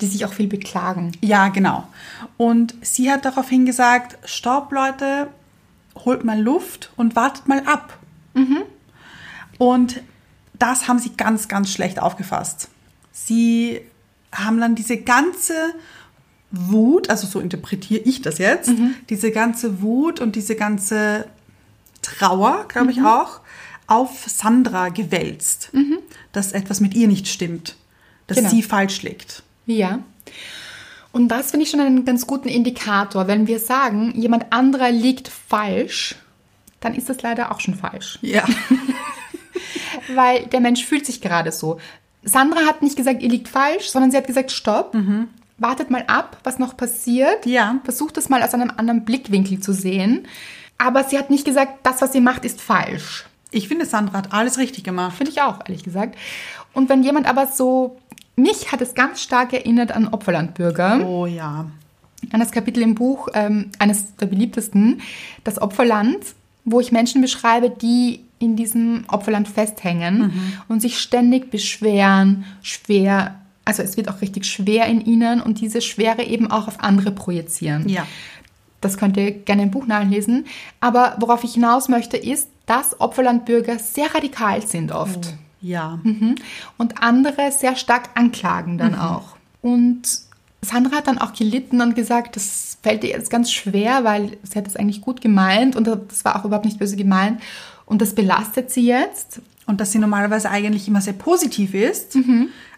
Die sich auch viel beklagen. Ja, genau. Und sie hat daraufhin gesagt, stopp Leute, holt mal Luft und wartet mal ab. Und das haben sie ganz, ganz schlecht aufgefasst. Sie haben dann diese ganze Wut, also so interpretiere ich das jetzt, diese ganze Wut und diese ganze Trauer, glaube ich auch, auf Sandra gewälzt, dass etwas mit ihr nicht stimmt, dass Genau. sie falsch liegt. Ja. Und das finde ich schon einen ganz guten Indikator. Wenn wir sagen, jemand anderer liegt falsch, dann ist das leider auch schon falsch. Ja. Weil der Mensch fühlt sich gerade so. Sandra hat nicht gesagt, ihr liegt falsch, sondern sie hat gesagt, stopp. Wartet mal ab, was noch passiert. Ja. Versucht es mal aus einem anderen Blickwinkel zu sehen. Aber sie hat nicht gesagt, das, was ihr macht, ist falsch. Ich finde, Sandra hat alles richtig gemacht. Finde ich auch, ehrlich gesagt. Und wenn jemand aber so, mich hat es ganz stark erinnert an Opferlandbürger, Oh ja. an das Kapitel im Buch, ähm, eines der beliebtesten, das Opferland, wo ich Menschen beschreibe, die in diesem Opferland festhängen und sich ständig beschweren, schwer, also es wird auch richtig schwer in ihnen und diese Schwere eben auch auf andere projizieren. Ja. Das könnt ihr gerne im Buch nachlesen. Aber worauf ich hinaus möchte, ist, dass Opferlandbürger sehr radikal sind oft. Ja. Mhm. Und andere sehr stark anklagen dann auch. Und Sandra hat dann auch gelitten und gesagt, das fällt ihr jetzt ganz schwer, weil sie hat es eigentlich gut gemeint und das war auch überhaupt nicht böse gemeint. Und das belastet sie jetzt. Und dass sie normalerweise eigentlich immer sehr positiv ist,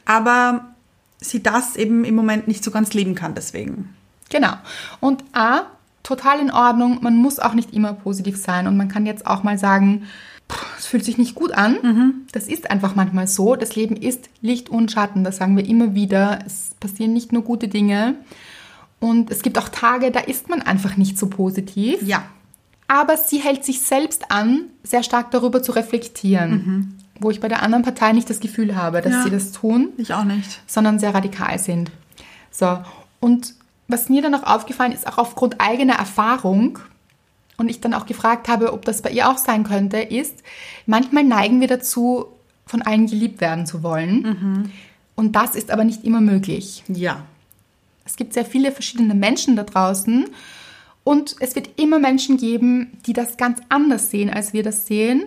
aber sie das eben im Moment nicht so ganz leben kann deswegen. Genau. Und A, total in Ordnung. Man muss auch nicht immer positiv sein. Und man kann jetzt auch mal sagen, "Pff, es fühlt sich nicht gut an. Mhm. Das ist einfach manchmal so. Das Leben ist Licht und Schatten. Das sagen wir immer wieder. Es passieren nicht nur gute Dinge. Und es gibt auch Tage, da ist man einfach nicht so positiv. Ja. Aber sie hält sich selbst an, sehr stark darüber zu reflektieren. Wo ich bei der anderen Partei nicht das Gefühl habe, dass Mhm. Ja. sie das tun Ich auch nicht. sondern sehr radikal sind. So, und was mir dann auch aufgefallen ist, auch aufgrund eigener Erfahrung, und ich dann auch gefragt habe, ob das bei ihr auch sein könnte, ist, manchmal neigen wir dazu, von allen geliebt werden zu wollen. Und das ist aber nicht immer möglich. Ja. Es gibt sehr viele verschiedene Menschen da draußen und es wird immer Menschen geben, die das ganz anders sehen, als wir das sehen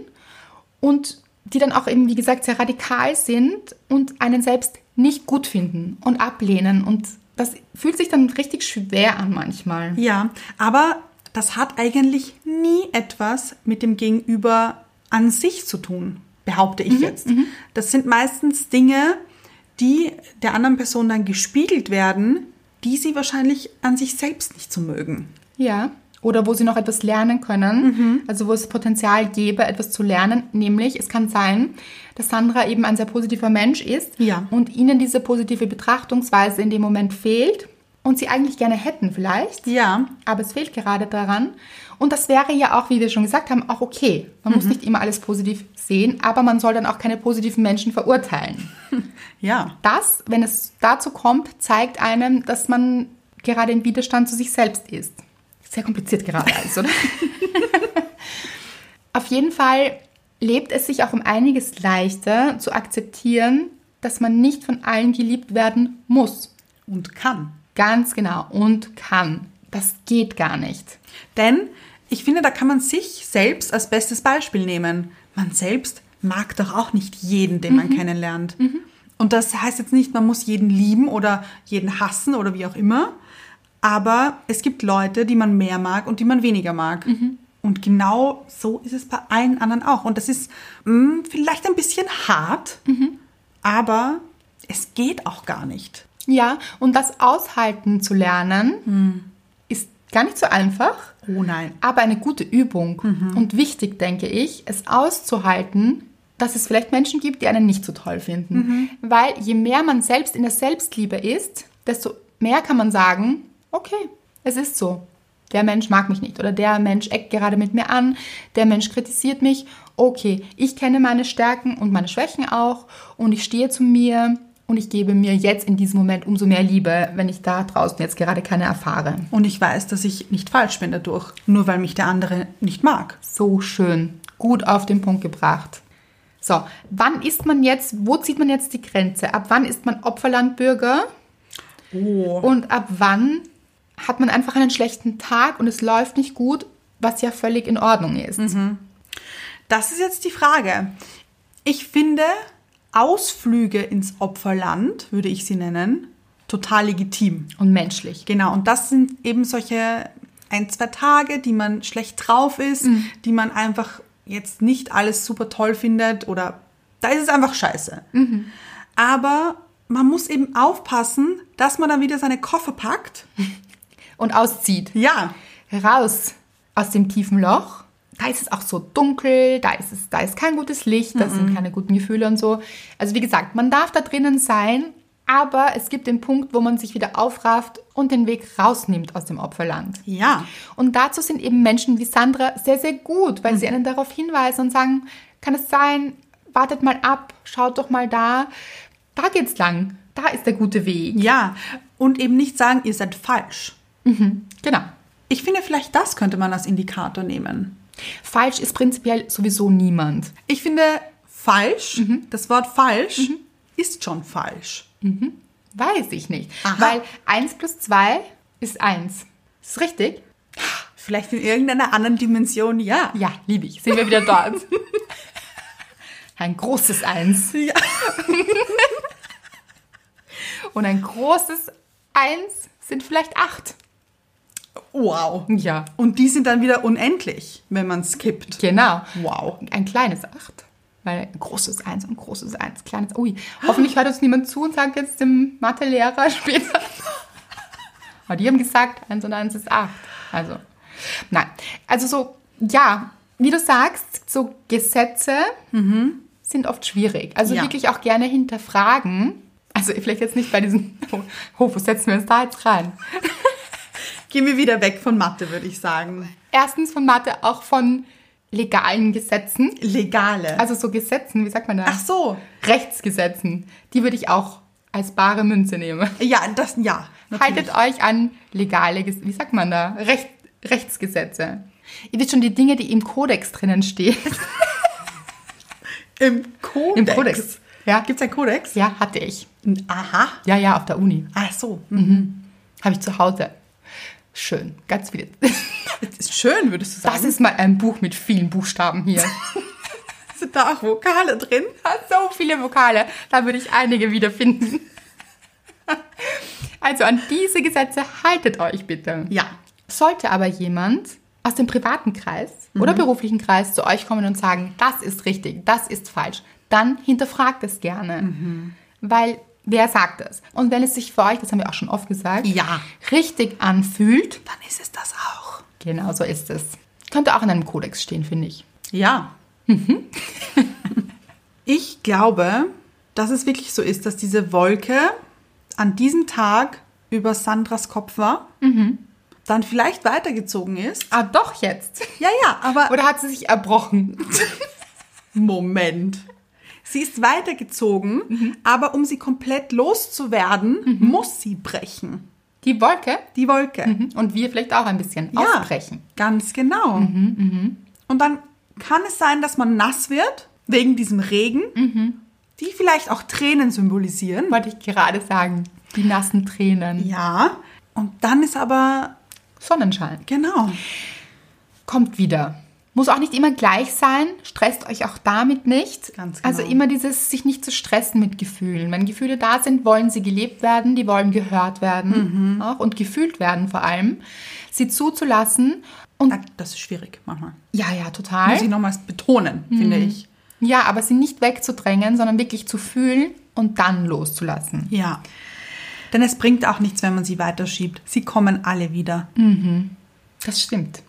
und die dann auch eben, wie gesagt, sehr radikal sind und einen selbst nicht gut finden und ablehnen und das fühlt sich dann richtig schwer an manchmal. Ja. Aber das hat eigentlich nie etwas mit dem Gegenüber an sich zu tun, behaupte ich jetzt. Das sind meistens Dinge, die der anderen Person dann gespiegelt werden, die sie wahrscheinlich an sich selbst nicht so mögen. Ja. oder wo sie noch etwas lernen können, Mhm. also wo es Potenzial gäbe, etwas zu lernen. Nämlich, es kann sein, dass Sandra eben ein sehr positiver Mensch ist Ja. und ihnen diese positive Betrachtungsweise in dem Moment fehlt und sie eigentlich gerne hätten vielleicht. Ja, Aber es fehlt gerade daran. Und das wäre ja auch, wie wir schon gesagt haben, auch okay. Man Mhm. muss nicht immer alles positiv sehen, aber man soll dann auch keine positiven Menschen verurteilen. ja. Das, wenn es dazu kommt, zeigt einem, dass man gerade im Widerstand zu sich selbst ist. Sehr kompliziert gerade alles, oder? Auf jeden Fall lebt es sich auch um einiges leichter zu akzeptieren, dass man nicht von allen geliebt werden muss. Und kann. Ganz genau. Und kann. Das geht gar nicht. Denn ich finde, da kann man sich selbst als bestes Beispiel nehmen. Man selbst mag doch auch nicht jeden, den man kennenlernt. Und das heißt jetzt nicht, man muss jeden lieben oder jeden hassen oder wie auch immer. Aber es gibt Leute, die man mehr mag und die man weniger mag. Und genau so ist es bei allen anderen auch. Und das ist mh, vielleicht ein bisschen hart, aber es geht auch gar nicht. Ja, und das aushalten zu lernen ist gar nicht so einfach, Oh nein. aber eine gute Übung und wichtig, denke ich, es auszuhalten, dass es vielleicht Menschen gibt, die einen nicht so toll finden. Weil je mehr man selbst in der Selbstliebe ist, desto mehr kann man sagen, okay, es ist so. Der Mensch mag mich nicht oder der Mensch eckt gerade mit mir an, der Mensch kritisiert mich. Okay, ich kenne meine Stärken und meine Schwächen auch und ich stehe zu mir und ich gebe mir jetzt in diesem Moment umso mehr Liebe, wenn ich da draußen jetzt gerade keine erfahre. Und ich weiß, dass ich nicht falsch bin dadurch, nur weil mich der andere nicht mag. So schön. Gut auf den Punkt gebracht. So, wann ist man jetzt, wo zieht man jetzt die Grenze? Ab wann ist man Opferlandbürger? Und ab wann hat man einfach einen schlechten Tag und es läuft nicht gut, was ja völlig in Ordnung ist? Das ist jetzt die Frage. Ich finde Ausflüge ins Opferland, würde ich sie nennen, total legitim. Und menschlich. Genau, und das sind eben solche ein, zwei Tage, die man schlecht drauf ist, die man einfach jetzt nicht alles super toll findet oder da ist es einfach scheiße. Aber man muss eben aufpassen, dass man dann wieder seine Koffer packt. Und auszieht. Ja, raus aus dem tiefen Loch. Da ist es auch so dunkel, da ist es, da ist kein gutes Licht, da sind keine guten Gefühle und so. Also wie gesagt, man darf da drinnen sein, aber es gibt den Punkt, wo man sich wieder aufrafft und den Weg rausnimmt aus dem Opferland. ja. Und dazu sind eben Menschen wie Sandra sehr, sehr gut, weil sie einen darauf hinweisen und sagen, kann es sein, wartet mal ab, schaut doch mal da, da geht's lang, da ist der gute Weg. Ja, und eben nicht sagen, ihr seid falsch. Genau. Ich finde, vielleicht das könnte man als Indikator nehmen. Falsch ist prinzipiell sowieso niemand. Ich finde, falsch, Mhm. das Wort falsch ist schon falsch. Weiß ich nicht. Aha. Weil 1 plus 2 ist 1. Ist richtig? Vielleicht in irgendeiner anderen Dimension, ja. Ja, liebe ich. Sind wir wieder dort. Ein großes Eins. Ja. Und ein großes Eins sind vielleicht acht. Wow. Ja. Und die sind dann wieder unendlich, wenn man skippt. Genau. Wow. Ein kleines Acht. Weil ein großes Eins und großes Eins, kleines. Ui. Hoffentlich hört uns niemand zu und sagt jetzt dem Mathelehrer später. Aber die haben gesagt, eins und eins ist acht. Also, nein. Also so, ja, wie du sagst, so Gesetze mhm, sind oft schwierig. Also Ja. wirklich auch gerne hinterfragen. Also vielleicht jetzt nicht bei diesen, oh, wo setzen wir uns da jetzt rein? Gehen wir wieder weg von Mathe, würde ich sagen. Erstens von Mathe, auch von legalen Gesetzen. Legale. Also so Gesetzen, wie sagt man da? Ach so. Rechtsgesetzen, die würde ich auch als bare Münze nehmen. Ja, das, ja. natürlich. Haltet euch an legale, Ges- wie sagt man da, Recht, Rechtsgesetze. Ihr wisst schon, die Dinge, die im Kodex drinnen stehen. Im Kodex. Im Kodex. Ja. Gibt es einen Kodex? Ja, hatte ich. Aha. Ja, ja, auf der Uni. Ach so. Mhm. Habe ich zu Hause. Schön, ganz viele. Ist schön, würdest du sagen. Das ist mal ein Buch mit vielen Buchstaben hier. sind da auch Vokale drin. Hat so viele Vokale, da würde ich einige wiederfinden. Also an diese Gesetze haltet euch bitte. Ja. Sollte aber jemand aus dem privaten Kreis Mhm. oder beruflichen Kreis zu euch kommen und sagen, das ist richtig, das ist falsch, dann hinterfragt es gerne. Mhm. Weil wer sagt es? Und wenn es sich für euch, das haben wir auch schon oft gesagt, Ja. richtig anfühlt, Dann ist es das auch. Genau so ist es. Könnte auch in einem Kodex stehen, finde ich. Ja. Mhm. ich glaube, dass es wirklich so ist, dass diese Wolke an diesem Tag über Sandras Kopf war, dann vielleicht weitergezogen ist. Ah, doch jetzt. Ja, ja, aber Oder hat sie sich erbrochen? Moment. Sie ist weitergezogen, aber um sie komplett loszuwerden, muss sie brechen. Die Wolke? Die Wolke. Mhm. Und wir vielleicht auch ein bisschen Ja, aufbrechen. Ganz genau. Und dann kann es sein, dass man nass wird wegen diesem Regen, die vielleicht auch Tränen symbolisieren. Wollte ich gerade sagen. Die nassen Tränen. Ja. Und dann ist aber Sonnenschein. genau. Kommt wieder. Muss auch nicht immer gleich sein. Stresst euch auch damit nicht. Ganz genau. Also immer dieses sich nicht zu stressen mit Gefühlen. Wenn Gefühle da sind, wollen sie gelebt werden, die wollen gehört Mhm. werden auch und gefühlt werden vor allem. Sie zuzulassen und Das ist schwierig manchmal. ja, ja, total. Muss ich nochmals betonen, finde ich. Ja, aber sie nicht wegzudrängen, sondern wirklich zu fühlen und dann loszulassen. Ja. Denn es bringt auch nichts, wenn man sie weiterschiebt. Sie kommen alle wieder. Das stimmt.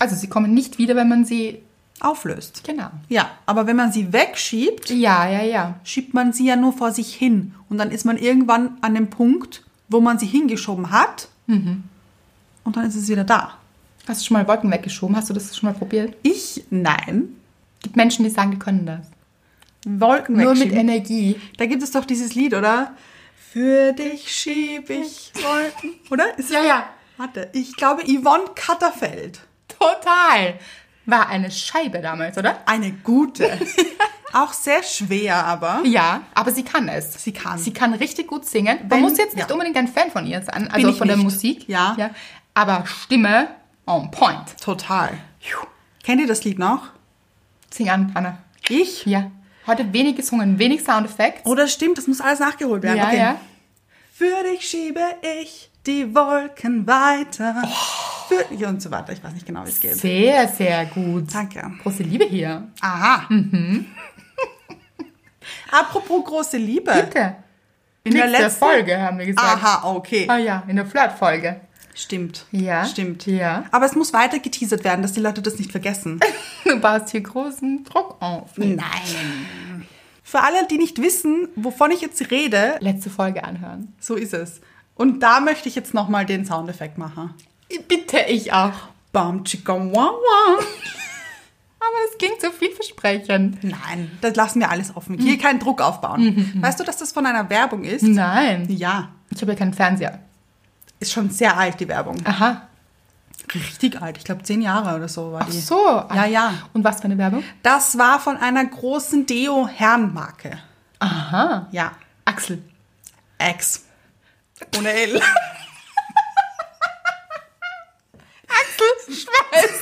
Also sie kommen nicht wieder, wenn man sie. Auflöst. Genau. Ja, aber wenn man sie wegschiebt, Ja, ja, ja. schiebt man sie ja nur vor sich hin. Und dann ist man irgendwann an dem Punkt, wo man sie hingeschoben hat. Und dann ist es wieder da. Hast du schon mal Wolken weggeschoben? Hast du das schon mal probiert? Ich, nein. gibt Menschen, die sagen, die können das. Wolken Nur mit wegschieben. Energie. Da gibt es doch dieses Lied, oder? Für dich schieb ich Wolken. Oder? Ist Ja, ja. Warte, ich glaube Yvonne Katterfeld. Total. War eine Scheibe damals, oder? Eine gute. Auch sehr schwer, aber. Ja, aber sie kann es. Sie kann. Sie kann richtig gut singen. Man Wenn- muss jetzt nicht ja. unbedingt ein Fan von ihr sein, Bin also ich von der nicht. Musik. Ja. ja. Aber Stimme on point. Total. Kennt ihr das Lied noch? Sing an, Anna. Ich? Ja. Heute wenig gesungen, wenig Soundeffekts. Oder stimmt, das muss alles nachgeholt werden. ja, Oh, okay. ja. Für dich schiebe ich die Wolken weiter. Für dich und so weiter. Ich weiß nicht genau, wie es geht. Oh. Sehr, sehr gut. Danke. Große Liebe hier. Aha. Mhm. Apropos große Liebe. Bitte. In Ah, der Nächste letzten- Folge haben wir gesagt. Aha, okay. Ah ja, in der Flirt-Folge. Stimmt. Ja. Stimmt. Ja. Aber es muss weiter geteasert werden, dass die Leute das nicht vergessen. Du baust hier großen Druck auf. Mhm. Nein. Für alle, die nicht wissen, wovon ich jetzt rede, Letzte Folge anhören. so ist es. Und da möchte ich jetzt nochmal den Soundeffekt machen. Bitte ich auch. Bam, chicken, wah, wah. Aber das klingt so vielversprechend. Nein, das lassen wir alles offen. Hier keinen Druck aufbauen. Weißt du, dass das von einer Werbung ist? Mhm. Nein. Ja, Ich habe ja keinen Fernseher. ist schon sehr alt, die Werbung. Aha. Richtig alt, ich glaube zehn Jahre oder so war Ach die. so. ah. Ja, ja. Und was für eine Werbung? Das war von einer großen Deo-Herrenmarke. Aha. Ja, Axel. Ex. Ohne L. Axel Schweiß.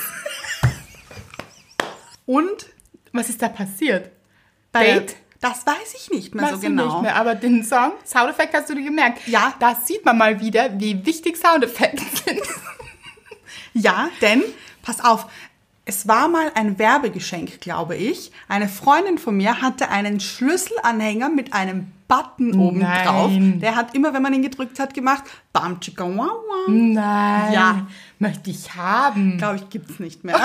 Und Was ist da passiert? bei Date? Das weiß ich nicht mehr Weiß so ich genau. nicht mehr, aber den Song, Soundeffekt hast du dir gemerkt. Ja. Das sieht man mal wieder, wie wichtig Soundeffekte sind. Ja, denn, pass auf, es war mal ein Werbegeschenk, glaube ich. Eine Freundin von mir hatte einen Schlüsselanhänger mit einem Button oben Nein. drauf. Der hat immer, wenn man ihn gedrückt hat, gemacht, bam, chicka, wow, wow. Nein. Ja. Möchte ich haben. Glaube ich, gibt's nicht mehr.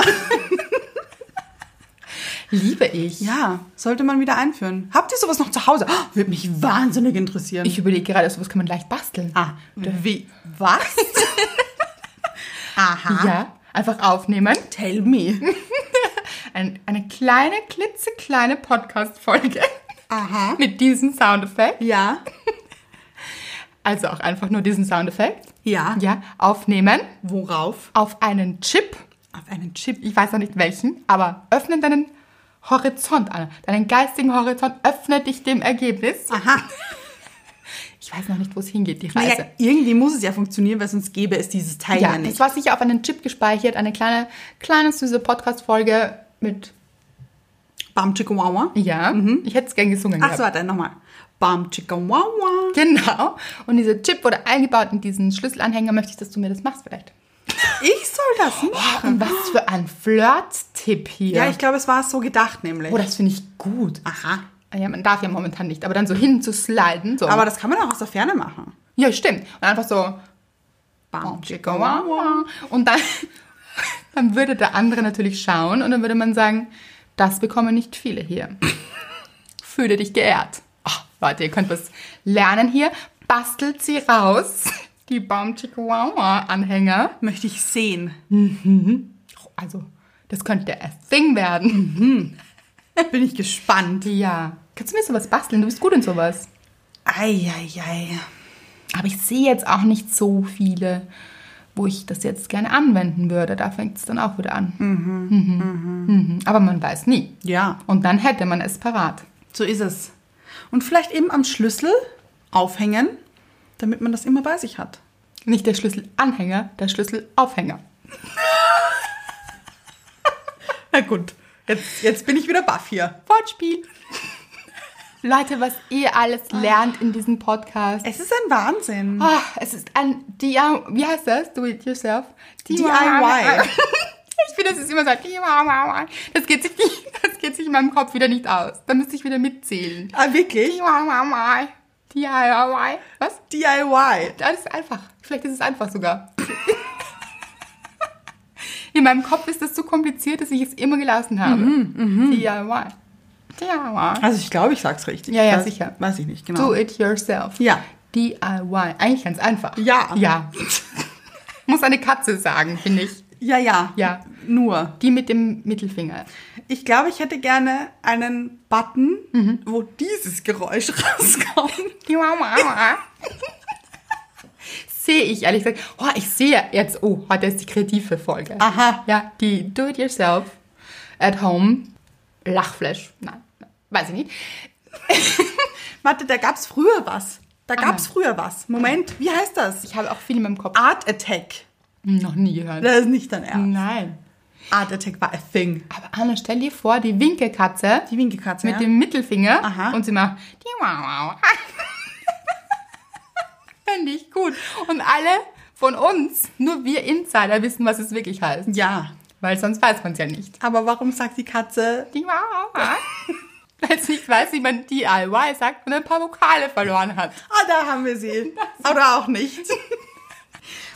Liebe ich. ja, sollte man wieder einführen. Habt ihr sowas noch zu Hause? Oh, Würde mich wahnsinnig interessieren. Ich überlege gerade, sowas kann man leicht basteln. ah, wie, was? Aha. Ja. Einfach aufnehmen. Tell me. Ein, eine kleine, klitzekleine Podcast-Folge. Aha. Mit diesem Soundeffekt. Ja. Also auch einfach nur diesen Soundeffekt. Ja. Ja. Aufnehmen. Worauf? Auf einen Chip. Auf einen Chip. ich weiß noch nicht welchen, aber öffne deinen Horizont, Anna. Deinen geistigen Horizont, öffne dich dem Ergebnis. Aha. Ich weiß noch nicht, wo es hingeht, die Naja, Reise. irgendwie muss es ja funktionieren, weil sonst gäbe es dieses Teil ja, Also ja, das nicht. war sicher auf einen Chip gespeichert, eine kleine, kleine süße Podcast-Folge mit, Bam chicka wawa. ja, ich hätte es gern gesungen Mhm. Ach so, gehabt. warte, nochmal. Bam chicka wawa. Genau. Und dieser Chip wurde eingebaut in diesen Schlüsselanhänger. Möchte ich, dass du mir das machst vielleicht. Ich soll das Oh, machen. Und was für ein Flirt-Tipp hier. Ja, ich glaube, es war so gedacht nämlich. oh, das finde ich gut. Aha. Ah Ja, man darf ja momentan nicht, aber dann so hinzusliden. So. Aber das kann man auch aus der Ferne machen. ja, stimmt. Und einfach so, Bam Chihuahua. Und dann Dann würde der andere natürlich schauen und dann würde man sagen, das bekommen nicht viele hier. Fühle dich geehrt. Ach, Leute, ihr könnt was lernen hier. Bastelt sie raus, die Baum-Chihuahua-Anhänger. Möchte ich sehen. Also, das könnte ein Thing werden. Bin ich gespannt. Ja. Kannst du mir sowas basteln? Du bist gut in sowas. Eieiei. Aber ich sehe jetzt auch nicht so viele, wo ich das jetzt gerne anwenden würde. Da fängt es dann auch wieder an. Mhm. Mhm. Aber man weiß nie. Ja, Und dann hätte man es parat. so ist es. Und vielleicht eben am Schlüssel aufhängen, damit man das immer bei sich hat. Nicht der Schlüsselanhänger, der Schlüsselaufhänger. Na gut, jetzt, jetzt bin ich wieder baff hier. Wortspiel. Leute, was ihr alles lernt in diesem Podcast. Ah. Es ist ein Wahnsinn. Ah, es ist ein DIY. Wie heißt das? Do it yourself. DIY. Ich finde, das ist immer so ein DIY. Das geht sich nicht, das geht sich in meinem Kopf wieder nicht aus. Da müsste ich wieder mitzählen. Ah, wirklich? DIY. DIY. Was? DIY. Das ist einfach. Vielleicht ist es einfach sogar. In meinem Kopf ist das so kompliziert, dass ich es immer gelassen habe. Mhm, DIY. DIY. Also ich glaube, ich sag's richtig. Ja, ja, weiß, sicher. Weiß ich nicht, genau. Do it yourself. Ja. DIY. Eigentlich ganz einfach. Ja. Ja. Muss eine Katze sagen, finde ich. Ja, ja. Ja. Nur. Die mit dem Mittelfinger. Ich glaube, ich hätte gerne einen Button, Mhm. wo dieses Geräusch rauskommt. sehe ich ehrlich gesagt. Oh, ich sehe jetzt, oh, heute ist die kreative Folge. Aha. Ja, die Do It Yourself at Home Lachflash. Nein, weiß ich nicht. Warte, da gab's früher was. Da gab's Ah. früher was. Moment, wie heißt das? Ich habe auch viel in meinem Kopf. Art Attack. Noch nie gehört. Das ist nicht dein Mhm. Ernst. Nein. Art Attack war a thing. Aber Anna, stell dir vor, die Winkekatze Die Winkekatze, mit ja? dem Mittelfinger Aha. und sie macht die Wow. Fände ich gut. Und alle von uns, nur wir Insider wissen, was es wirklich heißt. Ja. Weil sonst weiß man es ja nicht. Aber warum sagt die Katze? Die Mama. Weil sie nicht weiß, wie man DIY sagt und ein paar Vokale verloren hat. Ah, da haben wir sie. Oder auch nicht.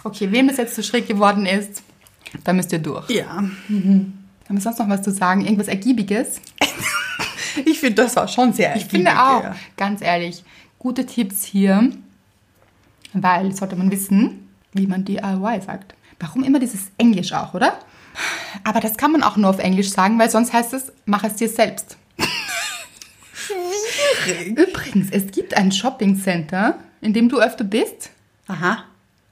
Okay, wem das jetzt zu schräg geworden ist, da müsst ihr durch. Ja. Haben wir sonst noch was zu sagen? Irgendwas Ergiebiges? Ich finde, das war schon sehr Ich finde auch, ganz ehrlich, gute Tipps hier, weil sollte man wissen, wie man DIY sagt. Warum immer dieses Englisch auch, oder? Aber das kann man auch nur auf Englisch sagen, weil sonst heißt es, mach es dir selbst. Übrigens, es gibt ein Shopping Center, in dem du öfter bist, Aha.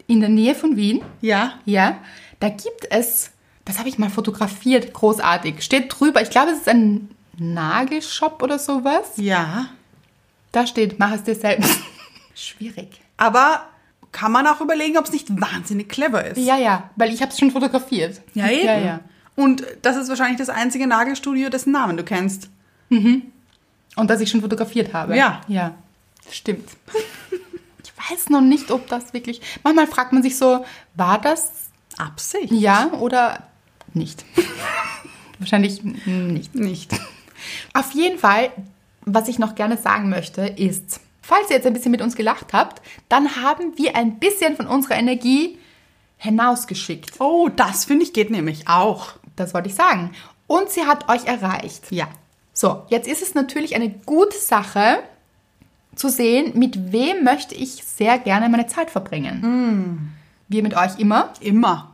in der Nähe von Wien. Ja. Ja, da gibt es, das habe ich mal fotografiert, großartig. Steht drüber, ich glaube, es ist ein Nagelshop oder sowas. Ja. Da steht, mach es dir selbst. Schwierig. Aber kann man auch überlegen, ob es nicht wahnsinnig clever ist. Ja, ja, weil ich habe es schon fotografiert. Ja, ja. Und das ist wahrscheinlich das einzige Nagelstudio, dessen Namen du kennst. Und dass ich schon fotografiert habe. Ja. Ja, stimmt. ich weiß noch nicht, ob das wirklich... Manchmal fragt man sich so, war das Absicht. ja oder nicht? Wahrscheinlich nicht. Nicht. Auf jeden Fall, was ich noch gerne sagen möchte, ist, falls ihr jetzt ein bisschen mit uns gelacht habt, dann haben wir ein bisschen von unserer Energie hinausgeschickt. Oh, das finde ich geht nämlich auch. Das wollte ich sagen. Und sie hat euch erreicht. Ja. So, jetzt ist es natürlich eine gute Sache zu sehen, mit wem möchte ich sehr gerne meine Zeit verbringen. Wir mit euch immer, Immer.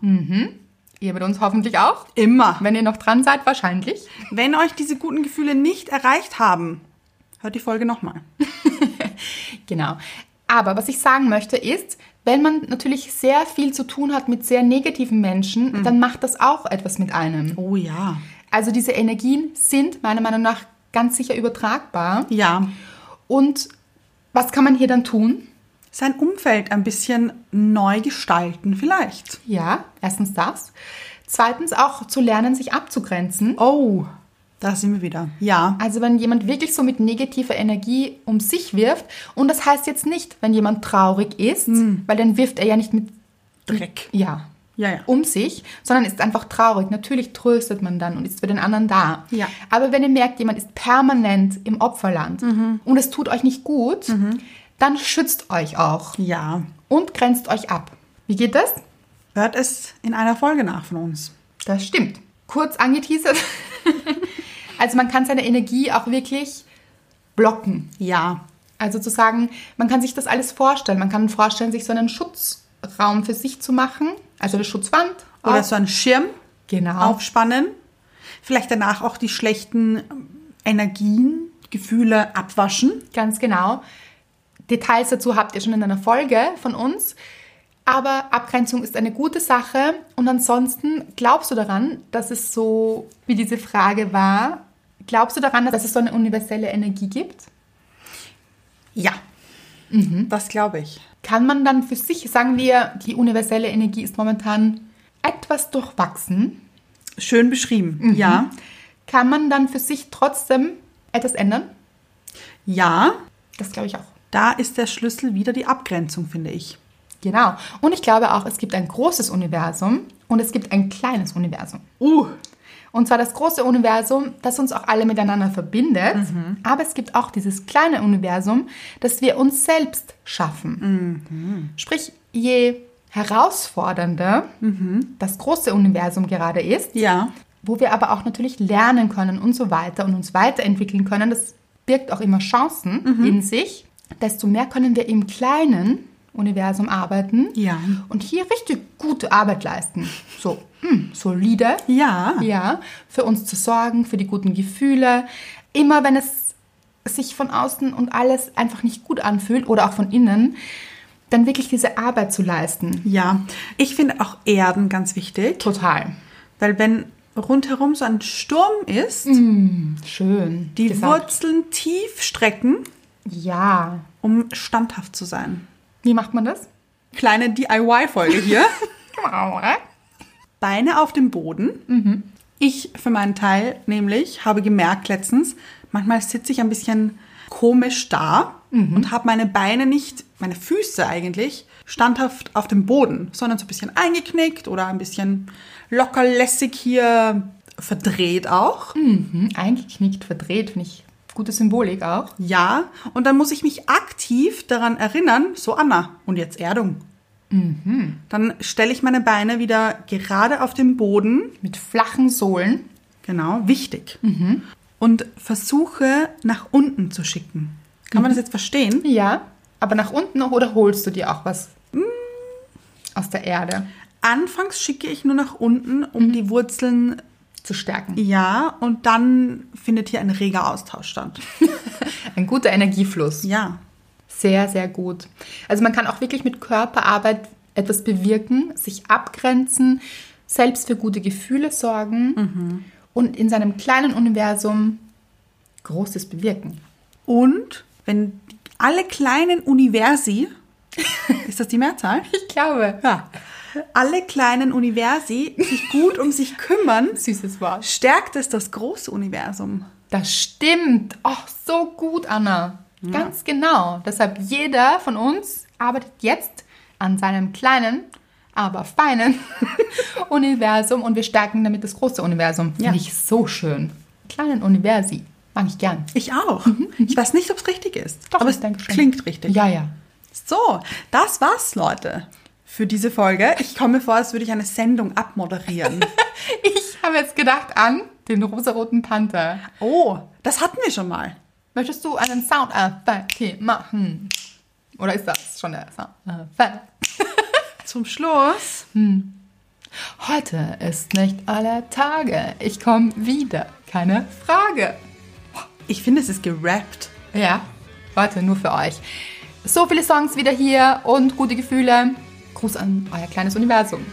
ihr mit uns hoffentlich auch. Immer. Wenn ihr noch dran seid, wahrscheinlich. Wenn euch diese guten Gefühle nicht erreicht haben, hört die Folge nochmal. Genau. Aber was ich sagen möchte ist, wenn man natürlich sehr viel zu tun hat mit sehr negativen Menschen, dann macht das auch etwas mit einem. Oh ja. Also diese Energien sind meiner Meinung nach ganz sicher übertragbar. Ja. Und was kann man hier dann tun? Sein Umfeld ein bisschen neu gestalten vielleicht. Ja, erstens das. Zweitens auch zu lernen, sich abzugrenzen. Oh, da sind wir wieder. Ja. Also wenn jemand wirklich so mit negativer Energie um sich wirft, und das heißt jetzt nicht, wenn jemand traurig ist, weil dann wirft er ja nicht mit, Dreck. ja, Ja, ja. um sich, sondern ist einfach traurig. Natürlich tröstet man dann und ist für den anderen da. Ja. Aber wenn ihr merkt, jemand ist permanent im Opferland und es tut euch nicht gut, dann schützt euch auch Ja. und grenzt euch ab. Wie geht das? Hört es in einer Folge nach von uns. Das stimmt. Kurz angeteasert. also man kann seine Energie auch wirklich blocken. Ja. Also zu sagen, man kann sich das alles vorstellen. Man kann vorstellen, sich so einen Schutzraum für sich zu machen, also eine Schutzwand. Oder auch. so einen Schirm Genau. aufspannen. Vielleicht danach auch die schlechten ähm, Energien, Gefühle abwaschen. Ganz genau. Details dazu habt ihr schon in einer Folge von uns. Aber Abgrenzung ist eine gute Sache. Und ansonsten glaubst du daran, dass es so, wie diese Frage war, glaubst du daran, dass es so eine universelle Energie gibt? Ja. Das glaube ich. Kann man dann für sich, sagen wir, die universelle Energie ist momentan etwas durchwachsen, Schön beschrieben. Ja. kann man dann für sich trotzdem etwas ändern? Ja. Das glaube ich auch. Da ist der Schlüssel wieder die Abgrenzung, finde ich. Genau. Und ich glaube auch, es gibt ein großes Universum und es gibt ein kleines Universum. Uh. Und zwar das große Universum, das uns auch alle miteinander verbindet. Aber es gibt auch dieses kleine Universum, das wir uns selbst schaffen. Sprich, je herausfordernder das große Universum gerade ist, Ja. wo wir aber auch natürlich lernen können und so weiter und uns weiterentwickeln können, das birgt auch immer Chancen Mhm. in sich, desto mehr können wir im kleinen Universum arbeiten Ja. und hier richtig gute Arbeit leisten. So hm, solide, Ja. ja, für uns zu sorgen, für die guten Gefühle. Immer wenn es sich von außen und alles einfach nicht gut anfühlt oder auch von innen, dann wirklich diese Arbeit zu leisten. Ja. Ich finde auch Erden ganz wichtig, Total. weil wenn rundherum so ein Sturm ist, Schön. die gesagt. Wurzeln tief strecken, Ja. um standhaft zu sein. Wie macht man das? Kleine DIY-Folge hier. Beine auf dem Boden. Ich für meinen Teil nämlich habe gemerkt letztens, manchmal sitze ich ein bisschen komisch da und habe meine Beine nicht, meine Füße eigentlich, standhaft auf dem Boden, sondern so ein bisschen eingeknickt oder ein bisschen lockerlässig hier verdreht auch. Mhm, Eingeknickt, verdreht, finde ich gute Symbolik auch. Ja, und dann muss ich mich aktiv daran erinnern, so Anna, und jetzt Erdung. Dann stelle ich meine Beine wieder gerade auf den Boden Mit flachen Sohlen. Genau, wichtig. Und versuche nach unten zu schicken. Kann Mhm. man das jetzt verstehen? Ja. Aber nach unten noch oder holst du dir auch was? Aus der Erde Anfangs schicke ich nur nach unten, Mhm. um die Wurzeln, zu stärken. ja, und dann findet hier ein reger Austausch statt. Ein guter Energiefluss. Ja, Sehr, sehr gut. Also man kann auch wirklich mit Körperarbeit etwas bewirken, sich abgrenzen, selbst für gute Gefühle sorgen und in seinem kleinen Universum Großes bewirken. und wenn alle kleinen Universi, ist das die Mehrzahl? Ich glaube. Ja. Alle kleinen Universi sich gut um sich kümmern, Süßes Wort. stärkt es das große Universum. Das stimmt. Ach, so gut, Anna. Ganz genau. Deshalb jeder von uns arbeitet jetzt an seinem kleinen, aber feinen Universum und wir stärken damit das große Universum. Finde Ja. ich so schön. Kleinen Universi. Mag ich gern. Ich auch. Ich weiß nicht, ob es richtig ist, Mhm. Doch, aber ich es denke schon. klingt richtig. Ja, ja. So, das war's, Leute, für diese Folge. Ich komme vor, als würde ich eine Sendung abmoderieren. Ich habe jetzt gedacht an den rosaroten Panther. oh, das hatten wir schon mal. Möchtest du einen Soundeffekt hier machen? Oder ist das schon der Soundeffekt? Zum Schluss. Heute ist nicht aller Tage. Ich komme wieder. Keine Frage. Ich finde, es ist gerappt. Ja, Leute, nur für euch. So viele Songs wieder hier und gute Gefühle. Gruß an euer kleines Universum.